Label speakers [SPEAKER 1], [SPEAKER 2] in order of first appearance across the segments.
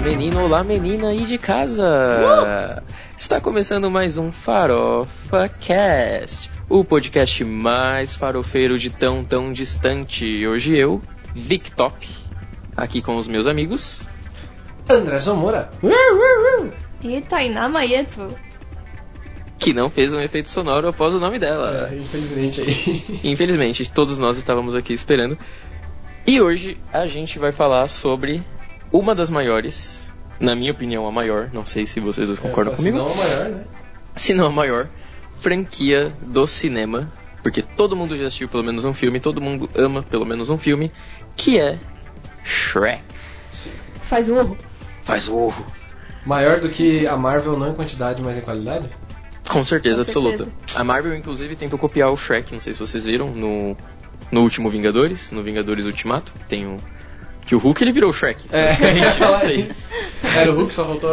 [SPEAKER 1] menino, olá menina aí de casa! Uh! Está começando mais um Farofa Cast, o podcast mais farofeiro de tão tão distante. Hoje eu, Vic Top, aqui com os meus amigos.
[SPEAKER 2] André Zamora. Uh,
[SPEAKER 3] uh, e Tainá Maieto.
[SPEAKER 1] Que não fez um efeito sonoro após o nome dela.
[SPEAKER 2] É, infelizmente aí.
[SPEAKER 1] Infelizmente, todos nós estávamos aqui esperando. E hoje a gente vai falar sobre uma das maiores, na minha opinião a maior, não sei se vocês dois concordam
[SPEAKER 2] se
[SPEAKER 1] comigo.
[SPEAKER 2] não a maior, né?
[SPEAKER 1] Se não a maior franquia do cinema, porque todo mundo já assistiu pelo menos um filme, todo mundo ama pelo menos um filme, que é Shrek.
[SPEAKER 3] Faz um o ovo.
[SPEAKER 1] Faz o ovo.
[SPEAKER 2] Maior do que a Marvel, não em quantidade, mas em qualidade?
[SPEAKER 1] Com certeza
[SPEAKER 3] Com certeza.
[SPEAKER 1] absoluta. A Marvel inclusive tentou copiar o Shrek, não sei se vocês viram no no último Vingadores, no Vingadores Ultimato, que tem o que o Hulk ele virou o Shrek. basicamente, não sei.
[SPEAKER 2] Era o Hulk, só faltou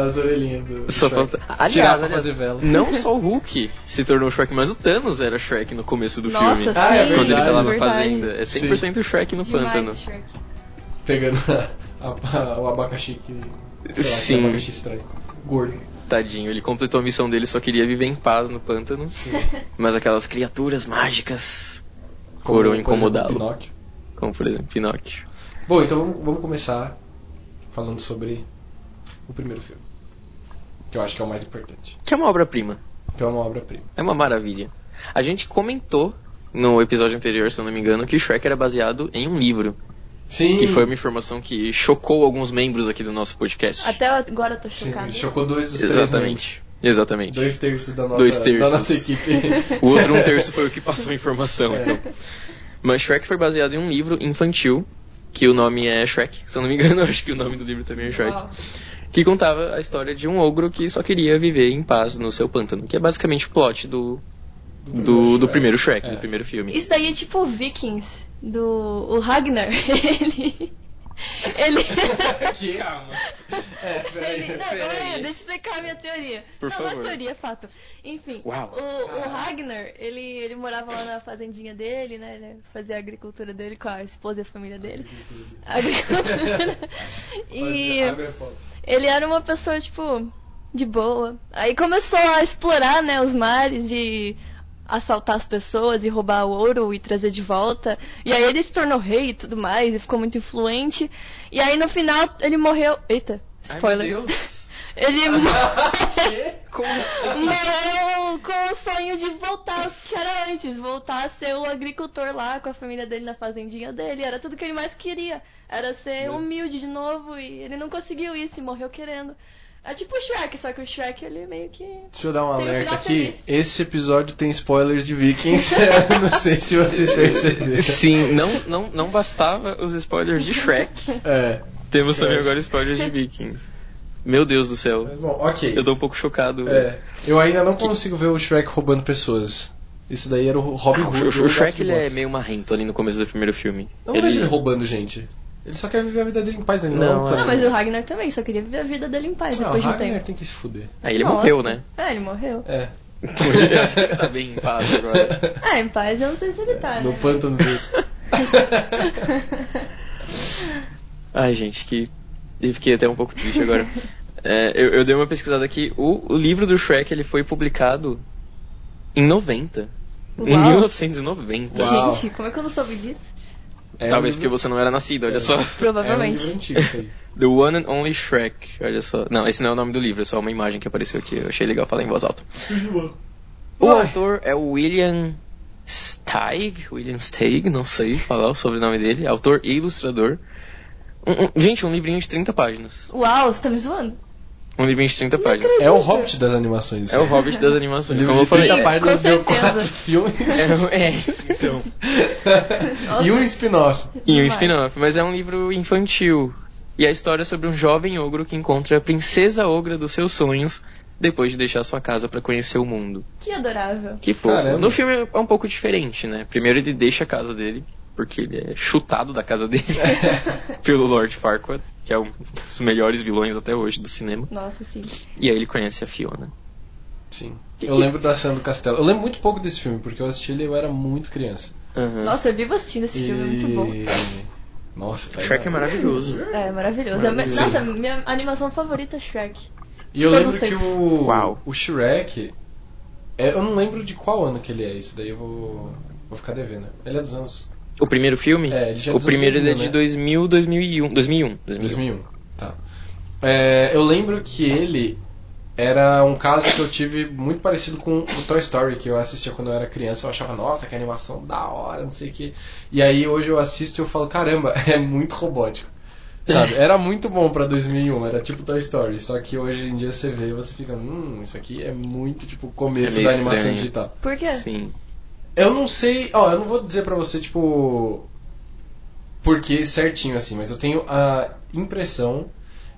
[SPEAKER 2] as orelhinhas do.
[SPEAKER 1] Só
[SPEAKER 2] Shrek.
[SPEAKER 1] falta.
[SPEAKER 2] Tirar
[SPEAKER 1] Aliás,
[SPEAKER 2] pra
[SPEAKER 1] aliás
[SPEAKER 2] fazer vela.
[SPEAKER 1] não só o Hulk se tornou Shrek, mas o Thanos era Shrek no começo do
[SPEAKER 3] Nossa,
[SPEAKER 1] filme.
[SPEAKER 3] sim.
[SPEAKER 2] Ah, é
[SPEAKER 1] Quando ele tá lá na
[SPEAKER 3] Verdade.
[SPEAKER 1] fazenda. É 100% Shrek no
[SPEAKER 3] Demais,
[SPEAKER 1] pântano.
[SPEAKER 3] Shrek.
[SPEAKER 2] Pegando a- a- o abacaxi que. Sei lá,
[SPEAKER 1] Sim.
[SPEAKER 2] Que é abacaxi estranho. Gordo.
[SPEAKER 1] Tadinho, ele completou a missão dele, só queria viver em paz no pântano. Mas aquelas criaturas mágicas foram
[SPEAKER 2] Como, por exemplo,
[SPEAKER 1] incomodá-lo.
[SPEAKER 2] Pinóquio.
[SPEAKER 1] Como por exemplo, Pinóquio.
[SPEAKER 2] Bom, então vamos, vamos começar falando sobre o primeiro filme. Que eu acho que é o mais importante.
[SPEAKER 1] Que é uma obra-prima.
[SPEAKER 2] Que é uma obra-prima.
[SPEAKER 1] É uma maravilha. A gente comentou no episódio anterior, se eu não me engano, que Shrek era baseado em um livro.
[SPEAKER 2] Sim.
[SPEAKER 1] Que foi uma informação que chocou alguns membros aqui do nosso podcast.
[SPEAKER 3] Até agora eu tô
[SPEAKER 2] Sim,
[SPEAKER 3] chocado.
[SPEAKER 2] chocou dois dos
[SPEAKER 1] Exatamente.
[SPEAKER 2] três. né?
[SPEAKER 1] Exatamente.
[SPEAKER 2] Dois terços da nossa,
[SPEAKER 1] Dois
[SPEAKER 2] Da
[SPEAKER 1] terços.
[SPEAKER 2] nossa equipe.
[SPEAKER 1] O outro um terço foi o que passou a informação.
[SPEAKER 2] É.
[SPEAKER 1] então. Mas Shrek foi baseado em um livro infantil, que o nome é Shrek, se eu não me engano, acho que o nome do livro também é Shrek.
[SPEAKER 3] Uau.
[SPEAKER 1] Que contava a história de um ogro que só queria viver em paz no seu pântano, que é basicamente o plot do, do, do primeiro Shrek,
[SPEAKER 2] É.
[SPEAKER 1] do primeiro filme.
[SPEAKER 3] Isso daí é tipo o Vikings, do o Ragnar. Ele. Ele.
[SPEAKER 2] Que- É, peraí.
[SPEAKER 3] ele não,
[SPEAKER 1] peraí.
[SPEAKER 3] não, deixa eu explicar a minha teoria.
[SPEAKER 1] Por
[SPEAKER 3] não, não
[SPEAKER 1] favor.
[SPEAKER 3] é teoria, é fato. Enfim,
[SPEAKER 1] Uau.
[SPEAKER 3] o,
[SPEAKER 1] Ah.
[SPEAKER 3] o Ragnar, ele, ele morava lá na fazendinha dele, né? Ele fazia a agricultura dele com a esposa e a família
[SPEAKER 2] É.
[SPEAKER 3] dele. Agricultura. Tá e.
[SPEAKER 2] Mas abre a foto.
[SPEAKER 3] ele era uma pessoa, tipo, de boa. Aí começou a explorar, né, os mares e assaltar as pessoas e roubar o ouro e trazer de volta. E aí ele se tornou rei e tudo mais, e ficou muito influente. E aí no final ele morreu. Eita, é spoiler.
[SPEAKER 1] Ai, meu Deus.
[SPEAKER 3] Ele morreu
[SPEAKER 1] Como assim?
[SPEAKER 3] morreu com o sonho de voltar ao que era antes, voltar a ser o agricultor lá com a família dele na fazendinha dele. Era tudo que ele mais queria. Era ser humilde de novo e ele não conseguiu isso e morreu querendo. É tipo o Shrek, só que o Shrek ele meio que.
[SPEAKER 2] Deixa eu dar um
[SPEAKER 3] Tem um
[SPEAKER 2] alerta
[SPEAKER 3] final
[SPEAKER 2] aqui.
[SPEAKER 3] feliz.
[SPEAKER 2] Esse episódio tem spoilers de Vikings. Eu não sei se vocês perceberam.
[SPEAKER 1] Sim, não, não, não bastava os spoilers de Shrek.
[SPEAKER 2] É.
[SPEAKER 1] Temos também agora spoilers de Viking. Meu Deus do céu.
[SPEAKER 2] Mas bom, ok.
[SPEAKER 1] Eu tô um pouco chocado.
[SPEAKER 2] É, eu ainda não consigo ver o Shrek roubando pessoas. isso daí era o Robin
[SPEAKER 1] Ah, o,
[SPEAKER 2] Hood.
[SPEAKER 1] Sh- o
[SPEAKER 2] ou Gato
[SPEAKER 1] Shrek
[SPEAKER 2] de
[SPEAKER 1] ele é
[SPEAKER 2] Botas.
[SPEAKER 1] meio marrento ali no começo do primeiro filme.
[SPEAKER 2] Eu Não vejo ele roubando gente. Ele só quer viver a vida dele em paz, ele
[SPEAKER 1] Não,
[SPEAKER 2] não, um
[SPEAKER 1] é.
[SPEAKER 3] Não, Ah, mas o Ragnar também, só queria viver a vida dele em paz
[SPEAKER 2] Não, o
[SPEAKER 3] depois de um
[SPEAKER 2] Ragnar
[SPEAKER 3] tempo.
[SPEAKER 2] tem que se fuder.
[SPEAKER 1] Aí ele
[SPEAKER 3] Nossa.
[SPEAKER 1] morreu, né?
[SPEAKER 3] É, ele morreu.
[SPEAKER 2] É.
[SPEAKER 1] Então ele acho que ele tá bem em paz agora.
[SPEAKER 3] Ah, em paz eu não sei se ele tá.
[SPEAKER 2] No
[SPEAKER 3] né?
[SPEAKER 2] pântano dele.
[SPEAKER 1] Ai, gente, que. Eu fiquei até um pouco triste agora. É, eu, eu dei uma pesquisada aqui. O, o livro do Shrek ele foi publicado em 90. Em
[SPEAKER 3] Uau.
[SPEAKER 1] 1990.
[SPEAKER 2] Uau.
[SPEAKER 3] Gente, como é que eu não soube disso?
[SPEAKER 2] É
[SPEAKER 1] Talvez
[SPEAKER 2] um
[SPEAKER 1] porque
[SPEAKER 2] livro-
[SPEAKER 1] você não era nascido, olha
[SPEAKER 2] É.
[SPEAKER 1] só.
[SPEAKER 2] É um
[SPEAKER 3] Provavelmente.
[SPEAKER 2] livro antigo isso aí.
[SPEAKER 1] The One and Only Shrek, olha só. Não, esse não é o nome do livro, é só uma imagem que apareceu aqui. Eu achei legal falar em voz alta. O
[SPEAKER 2] Uai.
[SPEAKER 1] autor é o William Steig, William Steig, não sei falar o sobrenome dele, autor e ilustrador. Um- um- gente, um livrinho de 30 páginas.
[SPEAKER 3] Uau, você tá me zoando?
[SPEAKER 1] Um livrinho de 30 páginas.
[SPEAKER 2] É o Hobbit das animações.
[SPEAKER 1] É o Hobbit das animações,
[SPEAKER 2] livro
[SPEAKER 1] como eu
[SPEAKER 2] de
[SPEAKER 1] falei.
[SPEAKER 2] 30
[SPEAKER 1] É,
[SPEAKER 2] páginas
[SPEAKER 3] Com
[SPEAKER 2] deu
[SPEAKER 3] certeza.
[SPEAKER 2] quatro filmes
[SPEAKER 1] é, então.
[SPEAKER 2] e um spin-off.
[SPEAKER 1] E um
[SPEAKER 3] Demais.
[SPEAKER 1] spin-off, mas é um livro infantil. E a história é sobre um jovem ogro que encontra a princesa ogra dos seus sonhos depois de deixar sua casa pra conhecer o mundo.
[SPEAKER 3] Que adorável.
[SPEAKER 1] Que fofo.
[SPEAKER 2] Caramba.
[SPEAKER 1] No filme é um pouco diferente, né? Primeiro ele deixa a casa dele, porque ele é chutado da casa dele pelo Lord Farquaad, que é um dos melhores vilões até hoje do cinema.
[SPEAKER 3] Nossa, sim.
[SPEAKER 1] E aí ele conhece a Fiona.
[SPEAKER 2] Sim. Eu lembro da cena do castelo. Eu lembro muito pouco desse filme, porque eu assisti ele e eu era muito criança.
[SPEAKER 1] Aham.
[SPEAKER 3] Nossa, eu vivo assistindo esse filme, é muito é bom.
[SPEAKER 2] E- Nossa, tá aí,
[SPEAKER 1] Shrek é
[SPEAKER 2] né?
[SPEAKER 1] maravilhoso.
[SPEAKER 3] É, maravilhoso. É a me-
[SPEAKER 2] Maravilhoso.
[SPEAKER 3] Nossa, minha animação favorita é Shrek.
[SPEAKER 2] E eu
[SPEAKER 3] todos
[SPEAKER 2] lembro
[SPEAKER 3] os
[SPEAKER 2] que
[SPEAKER 3] tempos.
[SPEAKER 2] o,
[SPEAKER 1] Uau.
[SPEAKER 2] o Shrek. é- eu não lembro de qual ano que ele é, isso daí eu vou, vou ficar devendo. Ele é dos anos
[SPEAKER 1] O primeiro filme?
[SPEAKER 2] É, ele já é
[SPEAKER 1] o
[SPEAKER 2] dos
[SPEAKER 1] primeiro ele é de
[SPEAKER 2] 2000,
[SPEAKER 1] 2000, 2001. 2001. 2001.
[SPEAKER 2] 2001. Tá. É, eu lembro que ele era um caso que eu tive muito parecido com o Toy Story, que eu assistia quando eu era criança. Eu achava, nossa, que animação da hora, não sei o que. E aí hoje eu assisto e eu falo, caramba, é muito robótico. Sabe? Era muito bom pra 2001, era tipo Toy Story. Só que hoje em dia você vê e você fica, hum, isso aqui é muito tipo o
[SPEAKER 1] É
[SPEAKER 2] começo
[SPEAKER 1] meio
[SPEAKER 2] da animação
[SPEAKER 1] estranho.
[SPEAKER 2] digital.
[SPEAKER 3] Por quê?
[SPEAKER 1] Sim.
[SPEAKER 2] Eu não sei, ó, eu não vou dizer pra você, tipo, porque certinho assim, mas eu tenho a impressão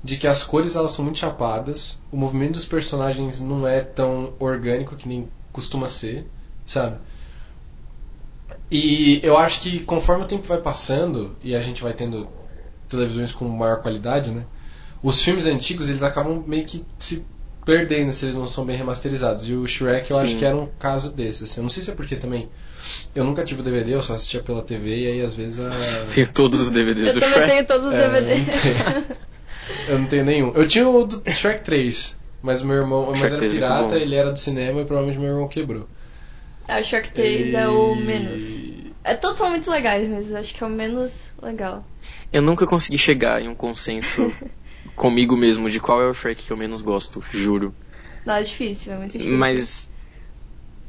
[SPEAKER 2] de que as cores elas são muito chapadas, o movimento dos personagens não é tão orgânico que nem costuma ser, sabe? E eu acho que conforme o tempo vai passando e a gente vai tendo televisões com maior qualidade, né? Os filmes antigos eles acabam meio que se perdendo se eles não são bem remasterizados. E o Shrek eu
[SPEAKER 1] Sim.
[SPEAKER 2] acho que era um caso desse. assim. Eu não sei se é porque também eu nunca tive o DVD, eu só assistia pela TV e aí às vezes a
[SPEAKER 1] Tenho todos os DVDs
[SPEAKER 3] Eu
[SPEAKER 1] do
[SPEAKER 3] também
[SPEAKER 1] Shrek.
[SPEAKER 3] tenho todos os
[SPEAKER 2] É,
[SPEAKER 3] DVDs.
[SPEAKER 2] não tem. Eu não tenho nenhum. Eu tinha o do Shrek 3, mas o meu irmão, mas
[SPEAKER 1] Shrek
[SPEAKER 2] era
[SPEAKER 1] 3 é muito
[SPEAKER 2] pirata,
[SPEAKER 1] bom.
[SPEAKER 2] ele era do cinema e provavelmente meu irmão quebrou.
[SPEAKER 3] é, o Shrek 3 é o menos. É, todos são muito legais, mas acho que é o menos legal.
[SPEAKER 1] Eu nunca consegui chegar em um consenso comigo mesmo de qual é o Shrek que eu menos gosto, juro.
[SPEAKER 3] Não, é difícil, é muito difícil.
[SPEAKER 1] Mas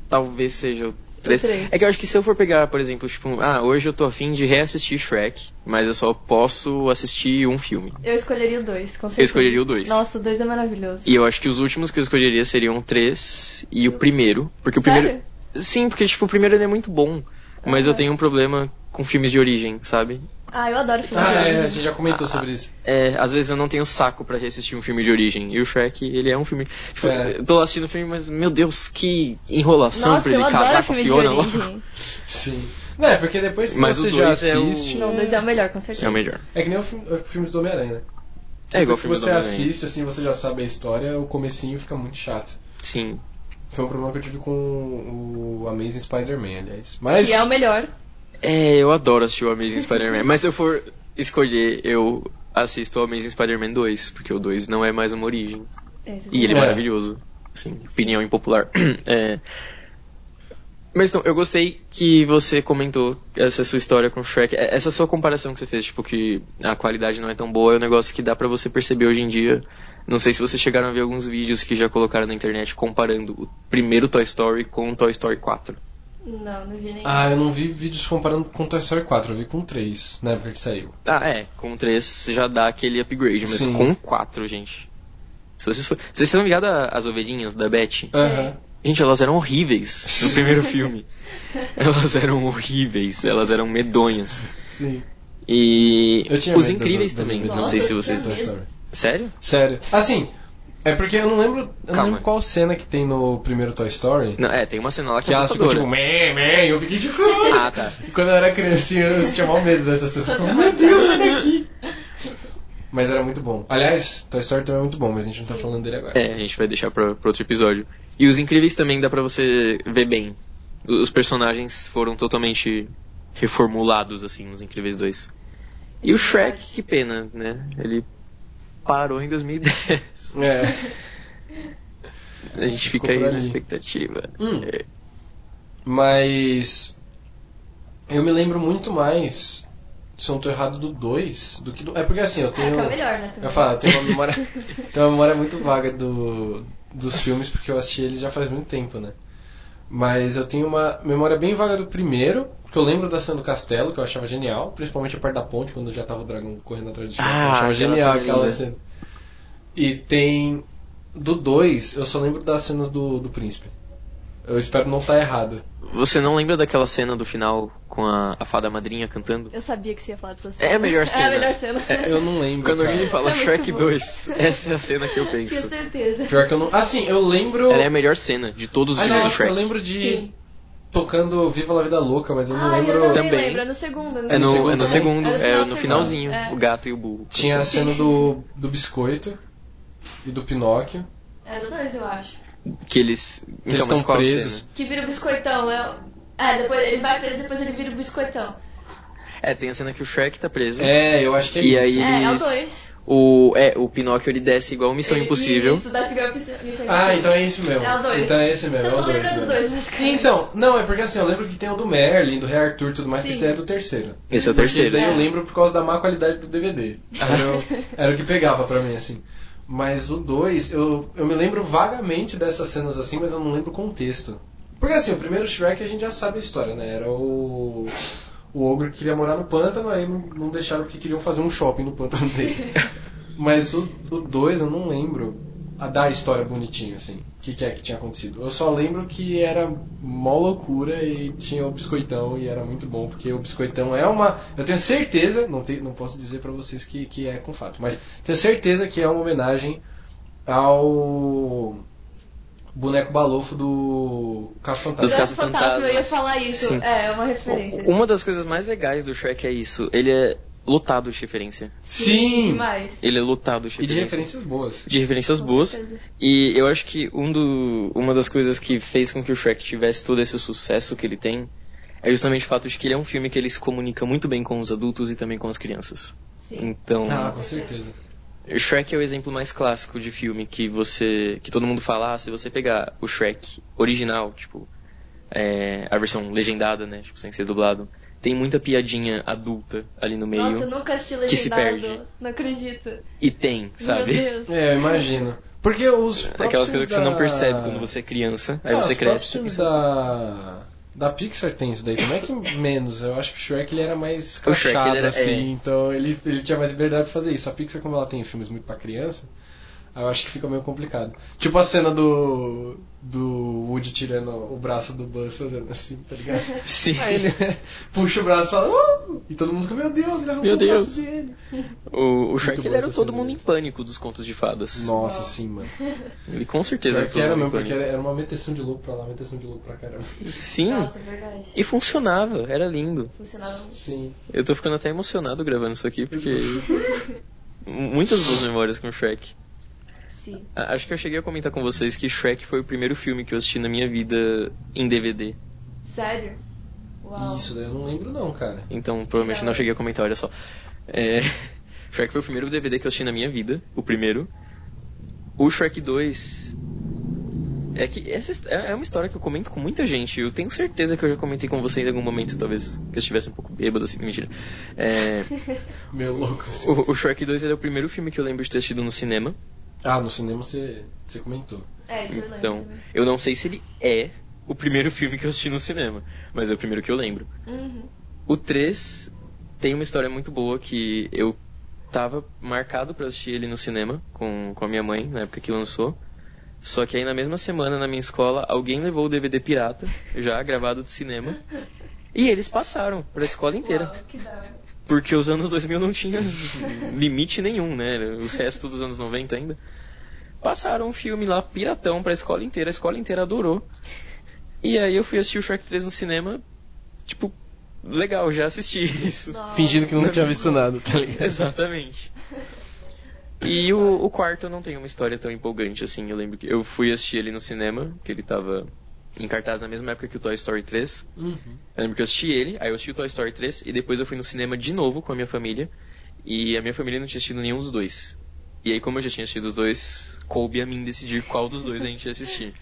[SPEAKER 1] talvez seja o
[SPEAKER 3] três.
[SPEAKER 1] 3. É que eu acho que se eu for pegar, por exemplo, tipo, ah, hoje eu tô afim de reassistir Shrek, mas eu só posso assistir um filme.
[SPEAKER 3] Eu escolheria o 2, com certeza.
[SPEAKER 1] Eu escolheria o 2.
[SPEAKER 3] Nossa, o 2 é maravilhoso.
[SPEAKER 1] E eu acho que os últimos que eu escolheria seriam o 3 e o primeiro. Porque o
[SPEAKER 3] Sério?
[SPEAKER 1] primeiro. Sim, porque tipo, o primeiro ele é muito bom. Mas eu
[SPEAKER 3] Aham.
[SPEAKER 1] tenho um problema com filmes de origem, sabe?
[SPEAKER 3] Ah, eu adoro filme
[SPEAKER 2] Ah,
[SPEAKER 3] de
[SPEAKER 2] é,
[SPEAKER 3] origem.
[SPEAKER 2] a gente já comentou sobre isso.
[SPEAKER 1] É, às vezes eu não tenho saco pra reassistir um filme de origem. E o Shrek, ele é um filme. Tipo,
[SPEAKER 2] É.
[SPEAKER 1] eu tô assistindo o filme, mas meu Deus, que enrolação
[SPEAKER 3] Nossa,
[SPEAKER 1] pra ele
[SPEAKER 3] eu adoro
[SPEAKER 1] casar com a
[SPEAKER 3] filme de
[SPEAKER 1] Fiona logo.
[SPEAKER 3] origem.
[SPEAKER 2] Sim. Não, é porque depois que
[SPEAKER 1] Mas
[SPEAKER 2] você
[SPEAKER 1] o
[SPEAKER 2] já
[SPEAKER 1] dois é o-
[SPEAKER 2] assiste.
[SPEAKER 3] Não, o 2 é o melhor, com certeza.
[SPEAKER 1] É o melhor.
[SPEAKER 2] É que nem o filme, o filme do Homem-Aranha, né?
[SPEAKER 1] É igual
[SPEAKER 2] Depois que
[SPEAKER 1] filme do
[SPEAKER 2] você
[SPEAKER 1] Homem-Aranha.
[SPEAKER 2] assiste, assim, você já sabe a história, o comecinho fica muito chato.
[SPEAKER 1] Sim.
[SPEAKER 2] Foi um problema que eu tive com o Amazing Spider-Man, aliás. Mas.
[SPEAKER 3] Que é o melhor.
[SPEAKER 1] É, eu adoro assistir o Amazing Spider-Man. Mas se eu for escolher, eu assisto o Amazing Spider-Man 2, porque o 2 não é mais uma origem.
[SPEAKER 3] É, isso
[SPEAKER 1] E ele é,
[SPEAKER 2] É.
[SPEAKER 1] maravilhoso. Assim, opinião impopular. É. Mas então, eu gostei que você comentou essa sua história com o Shrek. É, Essa sua comparação que você fez, tipo, que a qualidade não é tão boa, é um negócio que dá pra você perceber hoje em dia. Não sei se vocês chegaram a ver alguns vídeos que já colocaram na internet comparando o primeiro Toy Story com o Toy Story 4.
[SPEAKER 3] Não, não vi nem.
[SPEAKER 2] Ah, eu não vi vídeos comparando com Toy Story 4, eu vi com 3, na época que saiu.
[SPEAKER 1] Ah, é, com 3 já dá aquele upgrade, mas
[SPEAKER 2] Sim.
[SPEAKER 1] com 4, gente. Se vocês for... Vocês estão ligados às ovelhinhas da Beth?
[SPEAKER 2] Aham.
[SPEAKER 1] Gente, elas eram horríveis no primeiro filme. Elas eram horríveis, elas eram medonhas.
[SPEAKER 2] Sim.
[SPEAKER 1] E
[SPEAKER 2] Eu tinha
[SPEAKER 1] os
[SPEAKER 2] medo das-
[SPEAKER 1] incríveis
[SPEAKER 2] das
[SPEAKER 1] também.
[SPEAKER 2] ovelhas.
[SPEAKER 1] não sei se
[SPEAKER 3] Nossa, eu
[SPEAKER 1] vocês.
[SPEAKER 3] tinha
[SPEAKER 2] Toy Story.
[SPEAKER 1] Sério?
[SPEAKER 2] Sério. Assim, é porque eu não lembro. Eu não
[SPEAKER 1] Calma.
[SPEAKER 2] lembro qual cena que tem no primeiro Toy Story.
[SPEAKER 1] Não, é, tem uma cena lá que,
[SPEAKER 2] Que elas ficam tipo,
[SPEAKER 1] assustadora.
[SPEAKER 2] meh, meh, e eu fiquei tipo. "Ah".
[SPEAKER 1] Ah, tá.
[SPEAKER 2] E Quando eu era criancinha, eu tinha mal medo dessa cena. Eu ficava, Meu Deus, sai daqui! Mas era muito bom. Aliás, Toy Story também é muito bom, mas a gente não tá falando dele agora.
[SPEAKER 1] É, a gente vai deixar pra, pra outro episódio. E os incríveis também dá pra você ver bem. Os personagens foram totalmente reformulados, assim, nos Incríveis 2. E o Shrek, que pena, né? Ele parou em 2010.
[SPEAKER 2] É.
[SPEAKER 1] A gente
[SPEAKER 2] Ficou
[SPEAKER 1] fica aí
[SPEAKER 2] por
[SPEAKER 1] na
[SPEAKER 2] ali.
[SPEAKER 1] expectativa.
[SPEAKER 2] Hum.
[SPEAKER 1] É.
[SPEAKER 2] Mas. Eu me lembro muito mais, se eu não tô errado, do 2 do que do. É porque assim, eu
[SPEAKER 3] Ah,
[SPEAKER 2] tenho.
[SPEAKER 3] que é o melhor, né? também.
[SPEAKER 2] Eu falo, eu tenho uma memória, tenho uma memória muito vaga do, dos filmes, porque eu assisti eles já faz muito tempo, né? Mas eu tenho uma memória bem vaga do primeiro, porque eu lembro da cena do castelo, que eu achava genial, principalmente a parte da ponte, quando já tava o dragão correndo atrás do chão,
[SPEAKER 1] Ah,
[SPEAKER 2] eu achava
[SPEAKER 1] aquela
[SPEAKER 2] genial
[SPEAKER 1] cena
[SPEAKER 2] aquela
[SPEAKER 1] linda.
[SPEAKER 2] cena. E tem. Do 2, eu só lembro das cenas do, do príncipe. Eu espero não estar errado.
[SPEAKER 1] Você não lembra daquela cena do final com a, a fada madrinha cantando?
[SPEAKER 3] Eu sabia que você ia falar dessa cena.
[SPEAKER 1] É a melhor
[SPEAKER 3] É a
[SPEAKER 1] cena.
[SPEAKER 3] melhor cena.
[SPEAKER 2] Eu não lembro.
[SPEAKER 1] Quando
[SPEAKER 2] cara.
[SPEAKER 1] alguém Um fala
[SPEAKER 3] É muito
[SPEAKER 1] Shrek
[SPEAKER 3] bom.
[SPEAKER 1] 2, essa é a cena que eu
[SPEAKER 3] Tinha
[SPEAKER 1] penso.
[SPEAKER 3] certeza.
[SPEAKER 2] Pior que eu não. Assim, eu lembro.
[SPEAKER 1] Ela é a melhor cena de todos os
[SPEAKER 2] Ah,
[SPEAKER 1] filmes do
[SPEAKER 2] não, eu
[SPEAKER 1] Shrek.
[SPEAKER 2] lembro de.
[SPEAKER 3] Sim.
[SPEAKER 2] tocando Viva la Vida Louca, mas eu não
[SPEAKER 3] Ah,
[SPEAKER 2] lembro.
[SPEAKER 3] eu também,
[SPEAKER 1] Também.
[SPEAKER 3] lembro. É no segundo. né?
[SPEAKER 1] É no, é
[SPEAKER 2] Segundo
[SPEAKER 1] no
[SPEAKER 2] também?
[SPEAKER 1] segundo,
[SPEAKER 3] É no
[SPEAKER 1] é
[SPEAKER 3] final,
[SPEAKER 1] no
[SPEAKER 3] segundo.
[SPEAKER 1] finalzinho,
[SPEAKER 3] É.
[SPEAKER 1] o gato e o burro.
[SPEAKER 2] Tinha a cena do, do biscoito e do Pinóquio.
[SPEAKER 3] É no dois, eu acho.
[SPEAKER 1] Que eles. então,
[SPEAKER 2] Que eles
[SPEAKER 1] mas
[SPEAKER 2] estão
[SPEAKER 1] qual
[SPEAKER 2] presos.
[SPEAKER 1] cena?
[SPEAKER 3] Que vira o biscoitão. É, o- é depois, ele vai preso, depois ele vira o biscoitão.
[SPEAKER 1] É, tem a cena que o Shrek tá preso.
[SPEAKER 2] É, eu acho que é
[SPEAKER 1] E
[SPEAKER 2] isso.
[SPEAKER 1] aí-
[SPEAKER 3] É, é o
[SPEAKER 1] Eles-
[SPEAKER 3] 2.
[SPEAKER 1] O, é, o Pinóquio ele desce igual um Missão Impossível.
[SPEAKER 3] É Isso, da Segura Missão Impossível.
[SPEAKER 2] Ah, então é isso mesmo.
[SPEAKER 3] É o dois.
[SPEAKER 2] Então é esse mesmo,
[SPEAKER 3] Eu
[SPEAKER 2] é o
[SPEAKER 3] tô
[SPEAKER 2] 2
[SPEAKER 3] lembrando do dois, né? mas cara.
[SPEAKER 2] Então, não, é porque assim, eu lembro que tem o do Merlin, do Rei Arthur e tudo mais, que
[SPEAKER 3] Sim.
[SPEAKER 2] esse daí é do terceiro.
[SPEAKER 1] Esse é o
[SPEAKER 2] Porque
[SPEAKER 1] terceiro.
[SPEAKER 2] Esse daí eu
[SPEAKER 3] É.
[SPEAKER 2] lembro por causa da má qualidade do DVD. Era, o, era o que pegava pra mim, assim. Mas o 2, eu, eu me lembro vagamente dessas cenas assim, mas eu não lembro o contexto. Porque assim, o primeiro Shrek a gente já sabe a história, né? Era o. O ogro que queria morar no pântano, aí não, não deixaram porque queriam fazer um shopping no pântano dele. Mas o 2 eu não lembro a da história bonitinho, assim. O que, que é que tinha acontecido? Eu só lembro que era mó loucura e tinha o biscoitão e era muito bom, porque o biscoitão é uma. Eu tenho certeza, não, te, não posso dizer pra vocês que, que é com fato, mas tenho certeza que é uma homenagem ao boneco balofo do Caso
[SPEAKER 1] Dos
[SPEAKER 3] Dos
[SPEAKER 2] Fantasma.
[SPEAKER 1] Caça-
[SPEAKER 3] Fantasma, eu ia
[SPEAKER 1] Fantasmas.
[SPEAKER 3] falar isso.
[SPEAKER 1] Sim. Um,
[SPEAKER 3] É, é uma referência.
[SPEAKER 1] Uma das coisas mais legais do Shrek é isso. Ele é lotado de referência.
[SPEAKER 2] Sim!
[SPEAKER 3] Demais.
[SPEAKER 1] Ele é lotado de
[SPEAKER 2] E de
[SPEAKER 1] referência.
[SPEAKER 2] referências boas.
[SPEAKER 1] de referências
[SPEAKER 3] Com
[SPEAKER 1] boas.
[SPEAKER 3] certeza.
[SPEAKER 1] E eu acho que um do, uma das coisas que fez com que o Shrek tivesse todo esse sucesso que ele tem é justamente o fato de que ele é um filme que ele se comunica muito bem com os adultos e também com as crianças.
[SPEAKER 3] Sim.
[SPEAKER 1] Então,
[SPEAKER 2] Ah, com certeza.
[SPEAKER 1] Shrek é o exemplo mais clássico de filme que você, que todo mundo fala, ah, se você pegar o Shrek original, tipo, é, a versão legendada, né, tipo, sem ser dublado, tem muita piadinha adulta ali no meio.
[SPEAKER 3] Nossa, eu nunca assisti
[SPEAKER 1] que se
[SPEAKER 3] legendado.
[SPEAKER 1] perde.
[SPEAKER 3] Não acredito.
[SPEAKER 1] E tem, sabe?
[SPEAKER 3] Meu Deus.
[SPEAKER 2] É, eu imagino. Porque os. próprios
[SPEAKER 1] Aquelas coisas que você não
[SPEAKER 2] da-
[SPEAKER 1] percebe quando você é criança, aí
[SPEAKER 2] Ah,
[SPEAKER 1] você
[SPEAKER 2] os próprios
[SPEAKER 1] cresce. tipo,
[SPEAKER 2] filmes da, da Pixar tem isso daí. Como é que menos? Eu acho que o Shrek ele era mais
[SPEAKER 1] O Shrek, ele
[SPEAKER 2] crachado,
[SPEAKER 1] era-
[SPEAKER 2] assim.
[SPEAKER 1] é.
[SPEAKER 2] Então ele, ele tinha mais liberdade pra fazer isso. A Pixar, como ela tem filmes muito pra criança, eu acho que fica meio complicado. Tipo a cena do. Do Woody tirando o braço do Buzz fazendo assim, tá ligado?
[SPEAKER 1] Sim.
[SPEAKER 2] Aí ele puxa o braço e fala. "Uh!" E todo mundo fica, meu Deus, ele arrancou
[SPEAKER 1] Meu
[SPEAKER 2] o braço
[SPEAKER 1] Deus.
[SPEAKER 2] dele.
[SPEAKER 1] O, o Shrek
[SPEAKER 2] Muito
[SPEAKER 1] ele
[SPEAKER 2] bom
[SPEAKER 1] era
[SPEAKER 2] essa
[SPEAKER 1] todo
[SPEAKER 2] cena
[SPEAKER 1] mundo em
[SPEAKER 2] mesmo.
[SPEAKER 1] pânico dos contos de fadas.
[SPEAKER 2] Nossa, sim, mano.
[SPEAKER 1] Ele com certeza
[SPEAKER 2] Pior que
[SPEAKER 1] todo
[SPEAKER 2] era
[SPEAKER 1] mundo em
[SPEAKER 2] mesmo, porque
[SPEAKER 1] pânico.
[SPEAKER 2] era era uma meteção de louco pra lá, meteção de louco pra caramba.
[SPEAKER 1] Sim,
[SPEAKER 3] Nossa, verdade.
[SPEAKER 1] e funcionava, era lindo.
[SPEAKER 3] Funcionava muito.
[SPEAKER 2] Sim.
[SPEAKER 1] Eu tô ficando até emocionado gravando isso aqui, porque. Muitas boas memórias com Shrek.
[SPEAKER 3] Sim.
[SPEAKER 1] A- Acho que eu cheguei a comentar com vocês que Shrek foi o primeiro filme que eu assisti na minha vida em DVD.
[SPEAKER 3] Sério? Uau.
[SPEAKER 2] Isso daí eu não lembro, não, cara.
[SPEAKER 1] Então, provavelmente não cheguei a comentar, olha só. É, Shrek foi o primeiro DVD que eu assisti na minha vida, o primeiro. O Shrek 2. É que essa his- é é uma história que eu comento com muita gente. Eu tenho certeza que eu já comentei com vocês em algum momento, talvez que eu estivesse um pouco bêbado, assim, mentira. É,
[SPEAKER 2] Meu louco, assim.
[SPEAKER 1] o, o Shrek 2 ele é o primeiro filme que eu lembro de ter assistido no cinema.
[SPEAKER 2] Ah, no cinema você, você comentou.
[SPEAKER 3] É, isso eu lembro
[SPEAKER 1] Então,
[SPEAKER 3] também.
[SPEAKER 1] eu não sei se ele é o primeiro filme que eu assisti no cinema, mas é o primeiro que eu lembro.
[SPEAKER 3] Uhum.
[SPEAKER 1] O 3 tem uma história muito boa que eu tava marcado pra assistir ele no cinema com, com a minha mãe, na época que lançou. Só que aí na mesma semana, na minha escola, alguém levou o DVD pirata, já gravado de cinema. E eles passaram pra escola inteira.
[SPEAKER 3] Uau, que da hora.
[SPEAKER 1] Porque os anos 2000 não tinha limite nenhum, né? Os restos dos anos 90 ainda. Passaram um filme lá, piratão, pra escola inteira. A escola inteira adorou. E aí eu fui assistir o Shrek 3 no cinema. Tipo, legal, já assisti isso.
[SPEAKER 3] Nossa.
[SPEAKER 2] Fingindo que não tinha visto nada, tá ligado?
[SPEAKER 1] Exatamente. E o, o quarto eu não tenho uma história tão empolgante assim. Eu lembro que eu fui assistir ele no cinema, que ele tava em cartaz na mesma época que o Toy Story 3.
[SPEAKER 2] Uhum.
[SPEAKER 1] Eu lembro que eu assisti ele, aí eu assisti o Toy Story 3 e depois eu fui no cinema de novo com a minha família. E a minha família não tinha assistido nenhum dos dois. E aí, como eu já tinha assistido os dois, coube a mim decidir qual dos dois a gente ia assistir.